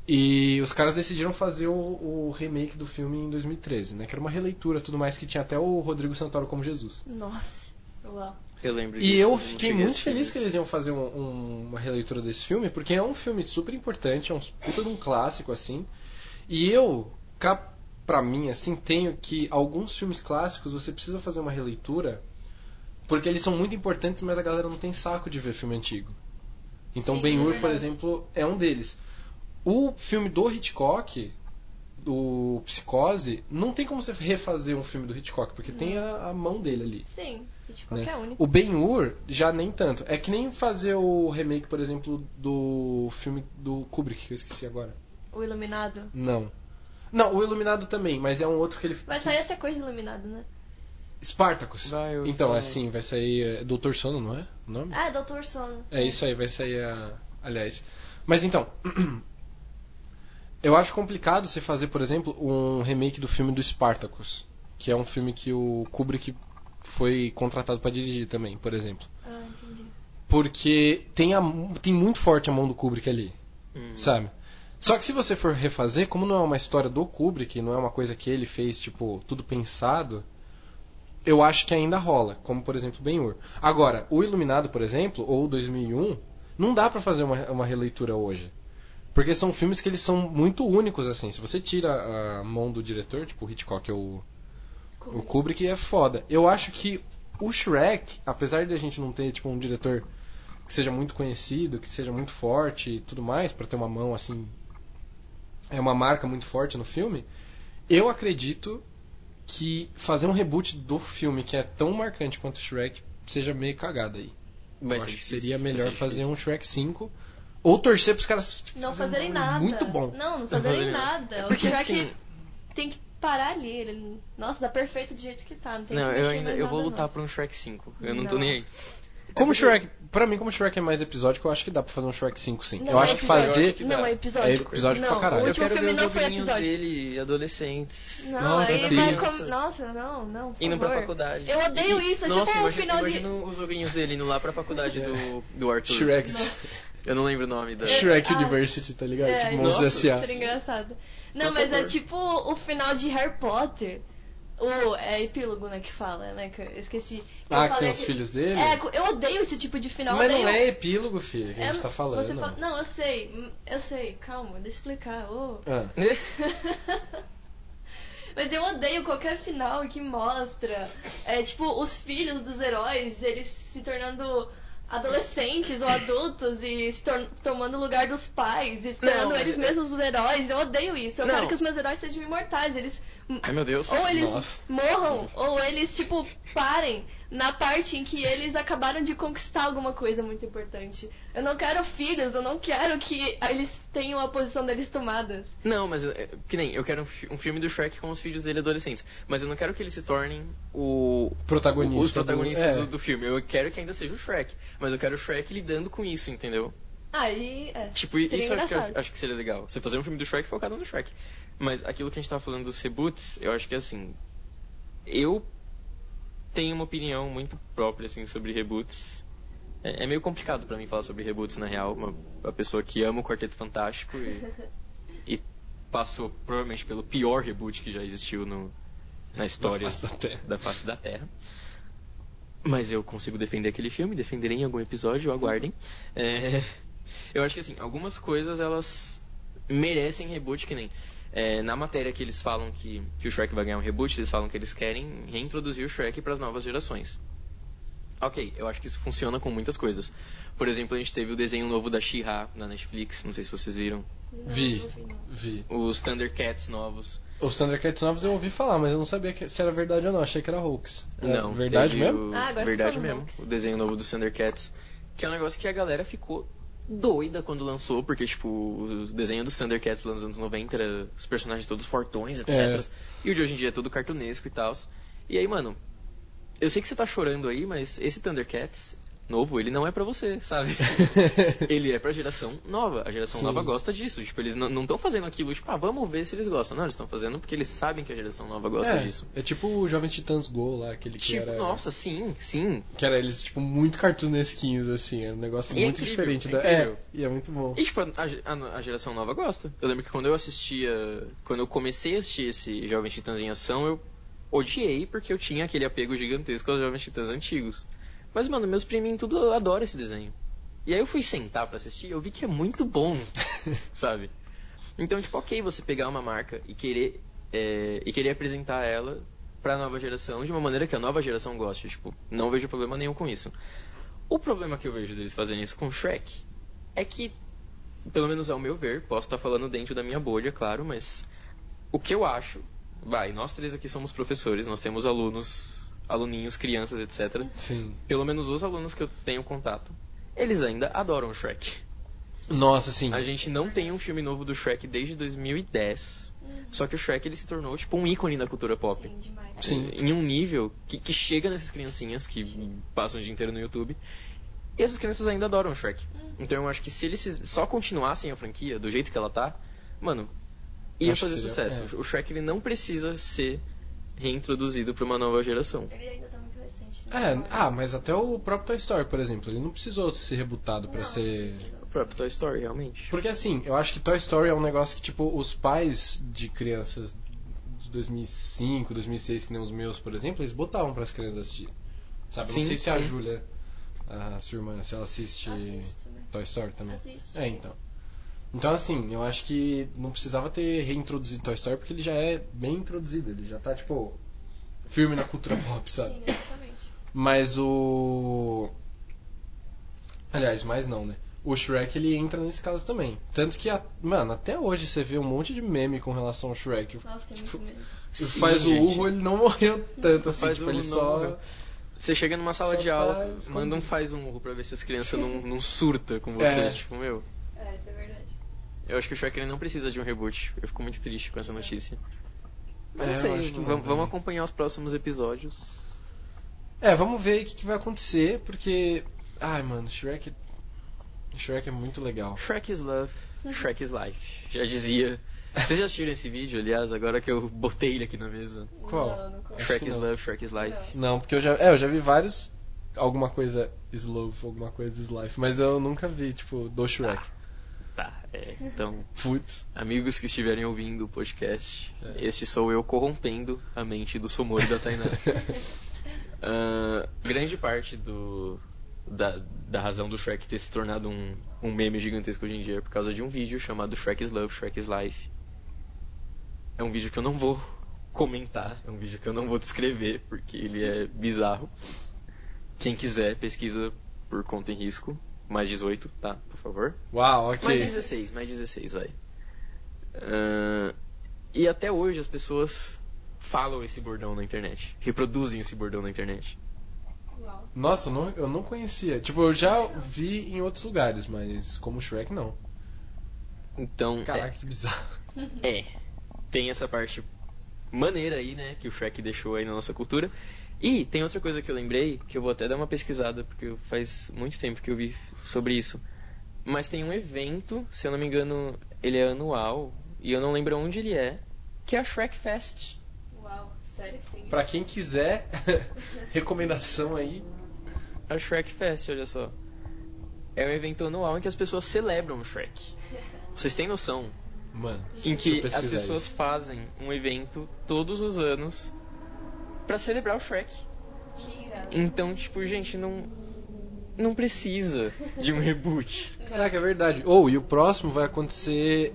[SPEAKER 2] E os caras decidiram fazer o, o remake do filme em 2013, né? Que era uma releitura, tudo mais que tinha até o Rodrigo Santoro como Jesus.
[SPEAKER 3] Nossa. Uau.
[SPEAKER 1] Eu lembro disso.
[SPEAKER 2] E eu
[SPEAKER 1] não
[SPEAKER 2] fiquei
[SPEAKER 1] cheguei a
[SPEAKER 2] muito
[SPEAKER 1] assistir
[SPEAKER 2] feliz
[SPEAKER 1] isso.
[SPEAKER 2] que eles iam fazer um- um- uma releitura desse filme, porque é um filme super importante, é um puta de um clássico, assim. E eu, cá pra mim, assim, tenho que alguns filmes clássicos você precisa fazer uma releitura, porque eles são muito importantes, mas a galera não tem saco de ver filme antigo. Então
[SPEAKER 3] Sim, isso é
[SPEAKER 2] Ben-Hur, por
[SPEAKER 3] verdade.
[SPEAKER 2] exemplo, é um deles. O filme do Hitchcock, do Psicose, não tem como você refazer um filme do Hitchcock, porque tem a- a mão dele ali.
[SPEAKER 3] Sim, de
[SPEAKER 2] Né?
[SPEAKER 3] qualquer único.
[SPEAKER 2] O Ben-Hur já nem tanto. É que nem fazer o remake, por exemplo, do filme do Kubrick, que eu esqueci agora.
[SPEAKER 3] O Iluminado.
[SPEAKER 2] Não. Não, o Iluminado também, mas é um outro que ele.
[SPEAKER 3] Vai sair essa coisa iluminada, né?
[SPEAKER 2] Spartacus.
[SPEAKER 1] Vai, eu-
[SPEAKER 2] então,
[SPEAKER 1] vai.
[SPEAKER 2] assim, vai sair. É, Doutor Sono, não é? O nome?
[SPEAKER 3] Ah, Doutor Sono.
[SPEAKER 2] É isso aí, vai sair a. Aliás. Mas então. Eu acho complicado você fazer, por exemplo, um remake do filme do Spartacus, que é um filme que o Kubrick foi contratado pra dirigir também, por exemplo.
[SPEAKER 3] Ah, entendi.
[SPEAKER 2] porque tem, a, tem muito forte a mão do Kubrick ali,
[SPEAKER 1] Hum.
[SPEAKER 2] sabe? Só que se você for refazer, como não é uma história do Kubrick, não é uma coisa que ele fez, tipo, tudo pensado, eu acho que ainda rola, como por exemplo Ben-Hur. Agora, o Iluminado, por exemplo, ou 2001, não dá pra fazer uma, uma releitura hoje. Porque são filmes que eles são muito únicos, assim. Se você tira a mão do diretor, tipo, o Hitchcock ou o Kubrick é foda. Eu acho que o Shrek, apesar de a gente não ter tipo um diretor que seja muito conhecido, que seja muito forte e tudo mais, pra ter uma mão assim, é uma marca muito forte no filme, eu acredito que fazer um reboot do filme que é tão marcante quanto o Shrek seja meio cagada aí.
[SPEAKER 1] Vai
[SPEAKER 2] eu
[SPEAKER 1] ser
[SPEAKER 2] acho que
[SPEAKER 1] é difícil,
[SPEAKER 2] seria
[SPEAKER 1] vai ser
[SPEAKER 2] melhor
[SPEAKER 1] difícil.
[SPEAKER 2] fazer um Shrek 5 ou torcer pros caras tipo,
[SPEAKER 3] Não
[SPEAKER 2] fazer um
[SPEAKER 3] fazerem
[SPEAKER 2] bagulho
[SPEAKER 3] nada.
[SPEAKER 2] Muito bom.
[SPEAKER 3] Não, não
[SPEAKER 1] Não fazerem
[SPEAKER 3] fazerem
[SPEAKER 1] nada.
[SPEAKER 3] nada.
[SPEAKER 1] É
[SPEAKER 3] O
[SPEAKER 1] porque,
[SPEAKER 3] pior é
[SPEAKER 1] assim,
[SPEAKER 3] que tem que parar ali. Ele... Nossa, dá perfeito do jeito que tá. Não tem
[SPEAKER 1] Não,
[SPEAKER 3] que
[SPEAKER 1] eu
[SPEAKER 3] mexer
[SPEAKER 1] ainda
[SPEAKER 3] mais
[SPEAKER 1] eu vou
[SPEAKER 3] nada,
[SPEAKER 1] lutar
[SPEAKER 3] não.
[SPEAKER 1] por um Shrek 5. Eu não, tô
[SPEAKER 3] Não.
[SPEAKER 1] nem aí. É
[SPEAKER 2] Como Shrek, pra mim como Shrek é mais episódico, eu acho que dá pra fazer um Shrek 5 sim.
[SPEAKER 3] Não,
[SPEAKER 2] eu
[SPEAKER 3] é
[SPEAKER 2] acho que
[SPEAKER 3] episódio.
[SPEAKER 2] fazer
[SPEAKER 1] que dá.
[SPEAKER 3] Não, é episódio.
[SPEAKER 2] É episódio
[SPEAKER 3] não,
[SPEAKER 2] pra caralho.
[SPEAKER 3] O
[SPEAKER 1] Eu
[SPEAKER 3] último
[SPEAKER 1] quero ver
[SPEAKER 3] filme
[SPEAKER 1] os
[SPEAKER 3] não foi
[SPEAKER 1] sobrinhos
[SPEAKER 3] episódio.
[SPEAKER 1] dele, adolescentes.
[SPEAKER 3] Não,
[SPEAKER 2] Nossa,
[SPEAKER 3] ele
[SPEAKER 2] sim.
[SPEAKER 3] vai
[SPEAKER 1] Crianças.
[SPEAKER 3] com... Nossa, não, não. por
[SPEAKER 1] Indo pra
[SPEAKER 3] favor.
[SPEAKER 1] faculdade.
[SPEAKER 3] Eu odeio
[SPEAKER 1] E-
[SPEAKER 3] isso, a gente
[SPEAKER 1] Nossa,
[SPEAKER 3] até o
[SPEAKER 1] imagina,
[SPEAKER 3] final de-
[SPEAKER 1] imagina os ogrinhos dele indo lá pra faculdade do, do Arthur.
[SPEAKER 2] Shrek.
[SPEAKER 1] Eu não lembro o nome da.
[SPEAKER 2] Shrek
[SPEAKER 3] Ah.
[SPEAKER 2] University, tá ligado?
[SPEAKER 3] É,
[SPEAKER 2] tipo,
[SPEAKER 1] É, nossa,
[SPEAKER 2] Monstros S.A.
[SPEAKER 3] Seria engraçado. Não,
[SPEAKER 1] Por
[SPEAKER 3] mas é
[SPEAKER 1] favor.
[SPEAKER 3] tipo o final de Harry Potter. O, é epílogo, né, que fala, né? Que eu esqueci. Que eu
[SPEAKER 2] Ah, que
[SPEAKER 3] falei
[SPEAKER 2] tem os filhos dele?
[SPEAKER 3] É, eu odeio esse tipo de final.
[SPEAKER 2] Mas
[SPEAKER 3] eu
[SPEAKER 2] não
[SPEAKER 3] odeio...
[SPEAKER 2] é epílogo, filho, que a gente
[SPEAKER 3] Eu-
[SPEAKER 2] tá falando.
[SPEAKER 3] você fala- Não, eu sei, hum, eu sei, calma, deixa eu explicar. ô.
[SPEAKER 2] Ah.
[SPEAKER 3] Mas eu odeio qualquer final que mostra, é, tipo, os filhos dos heróis, eles se tornando adolescentes ou adultos e se tor- tomando o lugar dos pais, e se tornando
[SPEAKER 1] Não,
[SPEAKER 3] eles
[SPEAKER 1] mas-
[SPEAKER 3] mesmos os heróis. Eu odeio isso. Eu
[SPEAKER 1] Não.
[SPEAKER 3] quero que os meus heróis sejam imortais. Eles
[SPEAKER 1] Ai meu Deus.
[SPEAKER 3] ou eles
[SPEAKER 2] Nossa.
[SPEAKER 3] morram, ou eles, tipo, parem na parte em que eles acabaram de conquistar alguma coisa muito importante. Eu não quero filhos, eu não quero que eles tenham a posição deles tomada.
[SPEAKER 1] Não, mas é, que nem, eu quero um, fi- um filme do Shrek com os filhos dele adolescentes. Mas eu não quero que eles se tornem o,
[SPEAKER 2] Protagonista
[SPEAKER 1] os
[SPEAKER 2] do-
[SPEAKER 1] protagonistas
[SPEAKER 2] é.
[SPEAKER 1] do, do filme. Eu quero que ainda seja o Shrek. Mas eu quero o Shrek lidando com isso, entendeu?
[SPEAKER 3] Aí, é.
[SPEAKER 1] Tipo, i-
[SPEAKER 3] Seria
[SPEAKER 1] isso eu acho, que,
[SPEAKER 3] engraçado.
[SPEAKER 1] eu acho que seria legal. Você fazer um filme do Shrek focado no Shrek. Mas aquilo que a gente tava falando dos reboots, eu acho que assim. Eu tenho uma opinião muito própria, assim, sobre reboots. É, é meio complicado pra mim falar sobre reboots, na real. Uma, uma pessoa que ama o Quarteto Fantástico e, e passou provavelmente pelo pior reboot que já existiu no, na história
[SPEAKER 2] face da Terra.
[SPEAKER 1] da face da Terra. Mas eu consigo defender aquele filme, defenderei em algum episódio, aguardem. É, eu acho que assim, algumas coisas elas merecem reboot, que nem. é, na matéria que eles falam que, que o Shrek vai ganhar um reboot, eles falam que eles querem reintroduzir o Shrek para as novas gerações. Ok, eu acho que isso funciona com muitas coisas. Por exemplo, a gente teve o desenho novo da She-Ra na Netflix, não sei se vocês viram.
[SPEAKER 3] Não,
[SPEAKER 2] Vi,
[SPEAKER 3] não vi, não.
[SPEAKER 2] vi.
[SPEAKER 1] Os Thundercats novos.
[SPEAKER 2] Os Thundercats novos eu ouvi falar, mas eu não sabia que- se era verdade ou não. Achei que era hoax. Era
[SPEAKER 1] Não,
[SPEAKER 2] É Verdade
[SPEAKER 1] teve
[SPEAKER 2] mesmo?
[SPEAKER 1] o-
[SPEAKER 3] Ah, agora
[SPEAKER 1] verdade
[SPEAKER 3] você falou
[SPEAKER 1] mesmo.
[SPEAKER 3] Hulk.
[SPEAKER 1] O desenho novo do Thundercats. Que é um negócio que a galera ficou doida quando lançou, porque, tipo, o desenho do Thundercats lá nos anos 90 era os personagens todos fortões, etc.
[SPEAKER 2] É.
[SPEAKER 1] E o de hoje em dia é todo cartunesco e tal. E aí, mano, eu sei que você tá chorando aí, mas esse Thundercats novo, ele não é pra você, sabe? ele é pra geração nova. A geração
[SPEAKER 2] Sim.
[SPEAKER 1] nova gosta disso. Tipo, eles não estão fazendo aquilo, tipo, ah, vamos ver se eles gostam. Não, eles estão fazendo porque eles sabem que a geração nova gosta
[SPEAKER 2] é,
[SPEAKER 1] disso.
[SPEAKER 2] É tipo o Jovem Titãs Go lá, aquele que
[SPEAKER 1] Tipo,
[SPEAKER 2] era.
[SPEAKER 1] nossa, sim, sim,
[SPEAKER 2] Que era eles, tipo, muito cartunesquinhos, assim. Era um negócio
[SPEAKER 1] E é
[SPEAKER 2] muito
[SPEAKER 1] incrível,
[SPEAKER 2] diferente
[SPEAKER 1] é
[SPEAKER 2] da.
[SPEAKER 1] incrível.
[SPEAKER 2] É, e é muito bom.
[SPEAKER 1] E tipo, a, ge- a- a geração nova gosta. Eu lembro que quando eu assistia. Quando eu comecei a assistir esse Jovem Titãs em Ação, eu odiei porque eu tinha aquele apego gigantesco aos Jovens Titãs antigos. Mas, mano, meus priminhos tudo adoram esse desenho. E aí eu fui sentar pra assistir e eu vi que é muito bom, sabe? Então, tipo, ok você pegar uma marca e querer, é, e querer apresentar ela pra nova geração de uma maneira que a nova geração goste. Tipo, não vejo problema nenhum com isso. O problema que eu vejo deles fazerem isso com o Shrek é que, pelo menos ao meu ver, posso estar falando dentro da minha bolha, claro, mas o que eu acho, vai, nós três aqui somos professores, nós temos alunos, aluninhos, crianças, etc.
[SPEAKER 2] Sim.
[SPEAKER 1] Pelo menos os alunos que eu tenho contato, eles ainda adoram o Shrek.
[SPEAKER 2] Nossa, sim.
[SPEAKER 1] A gente não tem um filme novo do Shrek desde 2010. Só que o Shrek ele se tornou tipo um ícone da cultura pop.
[SPEAKER 3] Sim, demais.
[SPEAKER 2] Sim.
[SPEAKER 1] Em um nível que, que chega nessas criancinhas que passam o dia inteiro no YouTube. E essas crianças ainda adoram o Shrek.
[SPEAKER 2] Uhum.
[SPEAKER 1] Então eu acho que se eles fiz- só continuassem a franquia do jeito que ela tá, mano, ia
[SPEAKER 2] Acho que
[SPEAKER 1] fazer
[SPEAKER 2] seria-
[SPEAKER 1] sucesso.
[SPEAKER 2] é.
[SPEAKER 1] O Shrek ele não precisa ser reintroduzido pra uma nova geração.
[SPEAKER 4] Ele ainda tá muito recente. né?
[SPEAKER 2] É, ah, mas até o próprio Toy Story, por exemplo, ele não precisou ser rebutado pra
[SPEAKER 4] Não,
[SPEAKER 2] ser.
[SPEAKER 4] precisa.
[SPEAKER 1] O próprio Toy Story, realmente.
[SPEAKER 2] Porque assim, eu acho que Toy Story é um negócio que, tipo, os pais de crianças de 2005, 2006, que nem os meus, por exemplo, eles botavam pras crianças assistir. Sabe?
[SPEAKER 1] Sim,
[SPEAKER 2] não sei se a
[SPEAKER 1] sim.
[SPEAKER 2] Júlia, a sua irmã, se ela assiste
[SPEAKER 4] Assiste também.
[SPEAKER 2] Toy Story também.
[SPEAKER 4] Assiste.
[SPEAKER 2] É, então. Então, assim, eu acho que não precisava ter reintroduzido Toy Story, porque ele já é bem introduzido, ele já tá, tipo, firme na cultura pop, sabe?
[SPEAKER 4] Sim, exatamente.
[SPEAKER 2] Mas o. Aliás, mais não, né? O Shrek ele entra nesse caso também. Tanto que, a- mano, até hoje você vê um monte de meme com relação ao Shrek.
[SPEAKER 4] Nossa, tem muito medo.
[SPEAKER 1] Sim,
[SPEAKER 2] faz
[SPEAKER 1] gente.
[SPEAKER 2] o urro, ele não morreu tanto assim.
[SPEAKER 1] Faz
[SPEAKER 2] tipo,
[SPEAKER 1] o
[SPEAKER 2] ele
[SPEAKER 1] urro, não
[SPEAKER 2] só.
[SPEAKER 1] morreu. Você chega numa sala
[SPEAKER 2] Só
[SPEAKER 1] de aula,
[SPEAKER 2] faz-
[SPEAKER 1] manda um faz um urro pra ver se as crianças não, não surta com você.
[SPEAKER 2] É.
[SPEAKER 1] Tipo, meu.
[SPEAKER 4] É, isso é verdade.
[SPEAKER 1] Eu acho que o Shrek ele não precisa de um reboot. Eu fico muito triste com essa notícia. Mas
[SPEAKER 2] É,
[SPEAKER 1] não né? sei,
[SPEAKER 2] eu acho que não
[SPEAKER 1] vamos,
[SPEAKER 2] também.
[SPEAKER 1] vamos acompanhar os próximos episódios.
[SPEAKER 2] É, vamos ver aí o que, que vai acontecer, porque. Ai, mano, Shrek. Shrek é muito legal.
[SPEAKER 1] Shrek is love, Shrek is life. Já dizia. Vocês já assistiram esse vídeo, aliás, agora que eu botei ele aqui na mesa?
[SPEAKER 2] Qual?
[SPEAKER 4] Não, não consigo.
[SPEAKER 2] Acho
[SPEAKER 1] Shrek
[SPEAKER 2] que
[SPEAKER 1] is
[SPEAKER 2] não.
[SPEAKER 1] love, Shrek is life.
[SPEAKER 4] Não.
[SPEAKER 2] Não, porque eu já. É, eu já vi vários. Alguma coisa Slow, alguma coisa Slife, mas eu nunca vi, tipo, do Shrek.
[SPEAKER 1] Tá, é. Então,
[SPEAKER 2] Putz.
[SPEAKER 1] amigos que estiverem ouvindo o podcast, este sou eu corrompendo a mente do Somoro e da Tainá. né? Ah, grande parte do, da, da razão do Shrek ter se tornado um, um meme gigantesco hoje em dia é por causa de um vídeo chamado Shrek is Love, Shrek is Life. É um vídeo que eu não vou comentar, é um vídeo que eu não vou descrever, porque ele é bizarro. Quem quiser, pesquisa por conta em risco. Mais 18, tá? Por favor.
[SPEAKER 2] Uau, ok.
[SPEAKER 1] Mais 16, mais 16, vai. Ahn, e até hoje as pessoas falam esse bordão na internet. Reproduzem esse bordão na internet.
[SPEAKER 4] Uau.
[SPEAKER 2] Nossa, eu não, eu não conhecia. Tipo, eu já vi em outros lugares, mas como Shrek, não.
[SPEAKER 1] Então,
[SPEAKER 2] Caraca, que bizarro.
[SPEAKER 1] é, é. Tem essa parte maneira aí, né? Que o Shrek deixou aí na nossa cultura. E tem outra coisa que eu lembrei, que eu vou até dar uma pesquisada, porque faz muito tempo que eu vi sobre isso. Mas tem um evento, se eu não me engano, ele é anual, e eu não lembro onde ele é, que é a Shrek Fest.
[SPEAKER 4] Uau. Sério que tem isso?
[SPEAKER 2] Pra quem quiser, recomendação aí.
[SPEAKER 1] É o Shrek Fest, olha só. É um evento anual em que as pessoas celebram o Shrek. Vocês têm noção?
[SPEAKER 2] Mano,
[SPEAKER 1] Em
[SPEAKER 2] deixa eu
[SPEAKER 1] que
[SPEAKER 2] pesquisar
[SPEAKER 1] as pessoas
[SPEAKER 2] isso.
[SPEAKER 1] fazem um evento todos os anos pra celebrar o Shrek.
[SPEAKER 4] Que irado.
[SPEAKER 1] Então, tipo, gente, não não precisa de um reboot.
[SPEAKER 2] Caraca, é verdade. Ou, e o próximo vai acontecer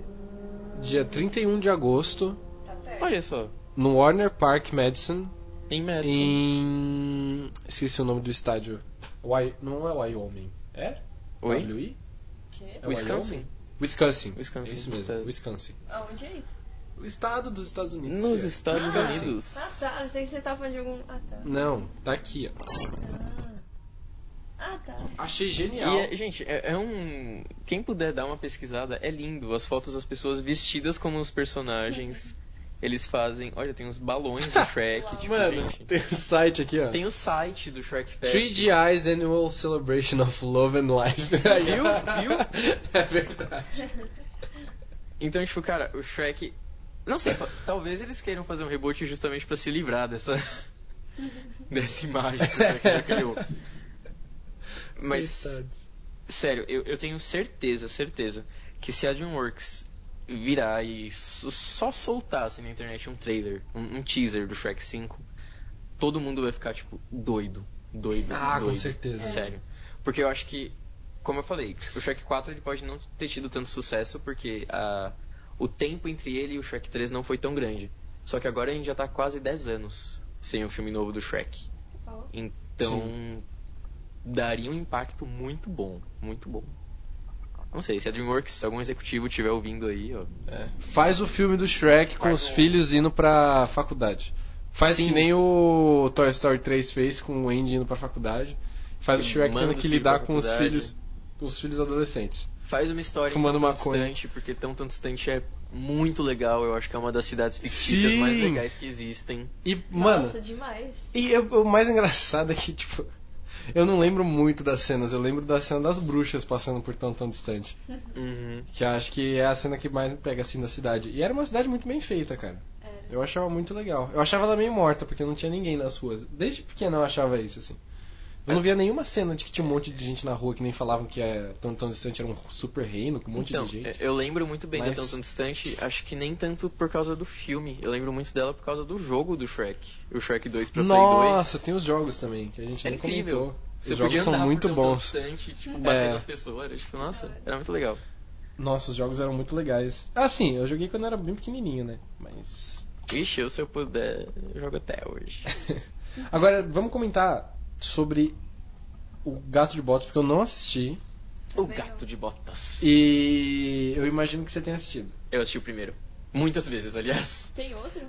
[SPEAKER 2] dia 31 de agosto
[SPEAKER 4] Tá perto.
[SPEAKER 1] Olha só,
[SPEAKER 2] no Warner Park, Madison,
[SPEAKER 1] em Madison.
[SPEAKER 2] em... Esqueci o nome do estádio. Wy- Não é Wyoming. É?
[SPEAKER 1] Oi?
[SPEAKER 2] WI?
[SPEAKER 4] Quê?
[SPEAKER 2] É
[SPEAKER 1] Wisconsin?
[SPEAKER 2] Wisconsin.
[SPEAKER 1] Wisconsin.
[SPEAKER 2] É isso mesmo,
[SPEAKER 1] Tá.
[SPEAKER 2] Wisconsin.
[SPEAKER 4] Aonde é isso?
[SPEAKER 2] O estado dos Estados Unidos.
[SPEAKER 1] Nos
[SPEAKER 2] é.
[SPEAKER 1] Estados
[SPEAKER 2] Wisconsin.
[SPEAKER 1] Unidos.
[SPEAKER 4] Ah, tá. Achei que você tava falando de algum... Ah, tá.
[SPEAKER 2] Não, tá aqui, ó.
[SPEAKER 4] Ah, tá.
[SPEAKER 2] Achei genial.
[SPEAKER 1] E, é- gente, é, é um. Quem puder dar uma pesquisada, é lindo. As fotos das pessoas vestidas como os personagens. Eles fazem. Olha, tem uns balões do Shrek. tipo,
[SPEAKER 2] Mano,
[SPEAKER 1] gente.
[SPEAKER 2] tem o site aqui, ó.
[SPEAKER 1] Tem um o site do Shrek Fest.
[SPEAKER 2] 3GI's Annual Celebration of Love and Life.
[SPEAKER 1] Viu? Viu?
[SPEAKER 2] É verdade.
[SPEAKER 1] Então, tipo, cara, o Shrek. Não sei, pa- talvez eles queiram fazer um reboot justamente pra se livrar dessa. dessa imagem que o Shrek já criou. Mas.
[SPEAKER 2] Coitado.
[SPEAKER 1] Sério, eu, eu tenho certeza, certeza, que se a DreamWorks virar e so- só soltasse na internet um trailer, um, um teaser do Shrek 5, todo mundo vai ficar, tipo, doido, doido,
[SPEAKER 2] Ah, com
[SPEAKER 1] doido.
[SPEAKER 2] certeza.
[SPEAKER 1] Sério. Porque eu acho que, como eu falei, o Shrek 4 ele pode não ter tido tanto sucesso, porque a, o tempo entre ele e o Shrek 3 não foi tão grande. Só que agora a gente já tá quase 10 anos sem um filme novo do Shrek.
[SPEAKER 4] Uau.
[SPEAKER 1] Então daria um impacto muito bom, muito bom. Não sei, se a DreamWorks, se algum executivo estiver ouvindo aí, ó.
[SPEAKER 2] É. Faz o filme do Shrek com
[SPEAKER 1] Faz
[SPEAKER 2] os
[SPEAKER 1] um-
[SPEAKER 2] filhos indo pra faculdade. Faz
[SPEAKER 1] Sim.
[SPEAKER 2] que nem o Toy Story 3 fez com o Andy indo pra faculdade. Faz o
[SPEAKER 1] Que
[SPEAKER 2] Shrek
[SPEAKER 1] manda
[SPEAKER 2] tendo
[SPEAKER 1] os
[SPEAKER 2] que
[SPEAKER 1] filhos
[SPEAKER 2] lidar
[SPEAKER 1] pra
[SPEAKER 2] com os
[SPEAKER 1] faculdade.
[SPEAKER 2] filhos, os filhos adolescentes.
[SPEAKER 1] Faz uma história
[SPEAKER 2] Fumando
[SPEAKER 1] em tão, tão
[SPEAKER 2] maconha.
[SPEAKER 1] distante, porque tão tão distante é muito legal. Eu acho que é uma das cidades fictícias
[SPEAKER 2] Sim!
[SPEAKER 1] mais legais que existem.
[SPEAKER 2] E, mano,
[SPEAKER 4] Nossa, demais.
[SPEAKER 2] e eu- o mais engraçado é que, tipo, eu não lembro muito das cenas, eu lembro da cena das bruxas passando por tão tão distante.
[SPEAKER 1] Uhum.
[SPEAKER 2] Que eu acho que é a cena que mais me pega assim da cidade. E era uma cidade muito bem feita, cara.
[SPEAKER 4] Era.
[SPEAKER 2] Eu achava muito legal. Eu achava ela meio morta, porque não tinha ninguém nas ruas. Desde pequeno eu achava isso, assim. Eu não via nenhuma cena de que tinha um monte de gente na rua que nem falavam que é tão tão distante era um super reino com um monte
[SPEAKER 1] então,
[SPEAKER 2] de gente.
[SPEAKER 1] eu lembro muito bem da
[SPEAKER 2] Mas-
[SPEAKER 1] Tão Tão Distante, acho que nem tanto por causa do filme. Eu lembro muito dela por causa do jogo do Shrek. O Shrek 2 pra Play 2.
[SPEAKER 2] Nossa, tem os jogos também, que a gente
[SPEAKER 1] É
[SPEAKER 2] nem
[SPEAKER 1] incrível.
[SPEAKER 2] comentou.
[SPEAKER 1] Você
[SPEAKER 2] os
[SPEAKER 1] podia
[SPEAKER 2] jogos são
[SPEAKER 1] andar por
[SPEAKER 2] muito
[SPEAKER 1] Tão Tão
[SPEAKER 2] bons.
[SPEAKER 1] Distante, tipo, bater
[SPEAKER 2] É.
[SPEAKER 1] nas pessoas. Era, tipo, nossa, era muito legal.
[SPEAKER 2] Nossa, os jogos eram muito legais. Ah, sim, eu joguei quando eu era bem pequenininho, né? Mas.
[SPEAKER 1] Vixe, eu se eu puder, eu jogo até hoje.
[SPEAKER 2] Agora, vamos comentar sobre o Gato de Botas, porque eu não assisti.
[SPEAKER 1] O Gato de Botas.
[SPEAKER 2] E eu imagino que você tenha assistido.
[SPEAKER 1] Eu assisti o primeiro. Muitas vezes, aliás.
[SPEAKER 4] Tem outro?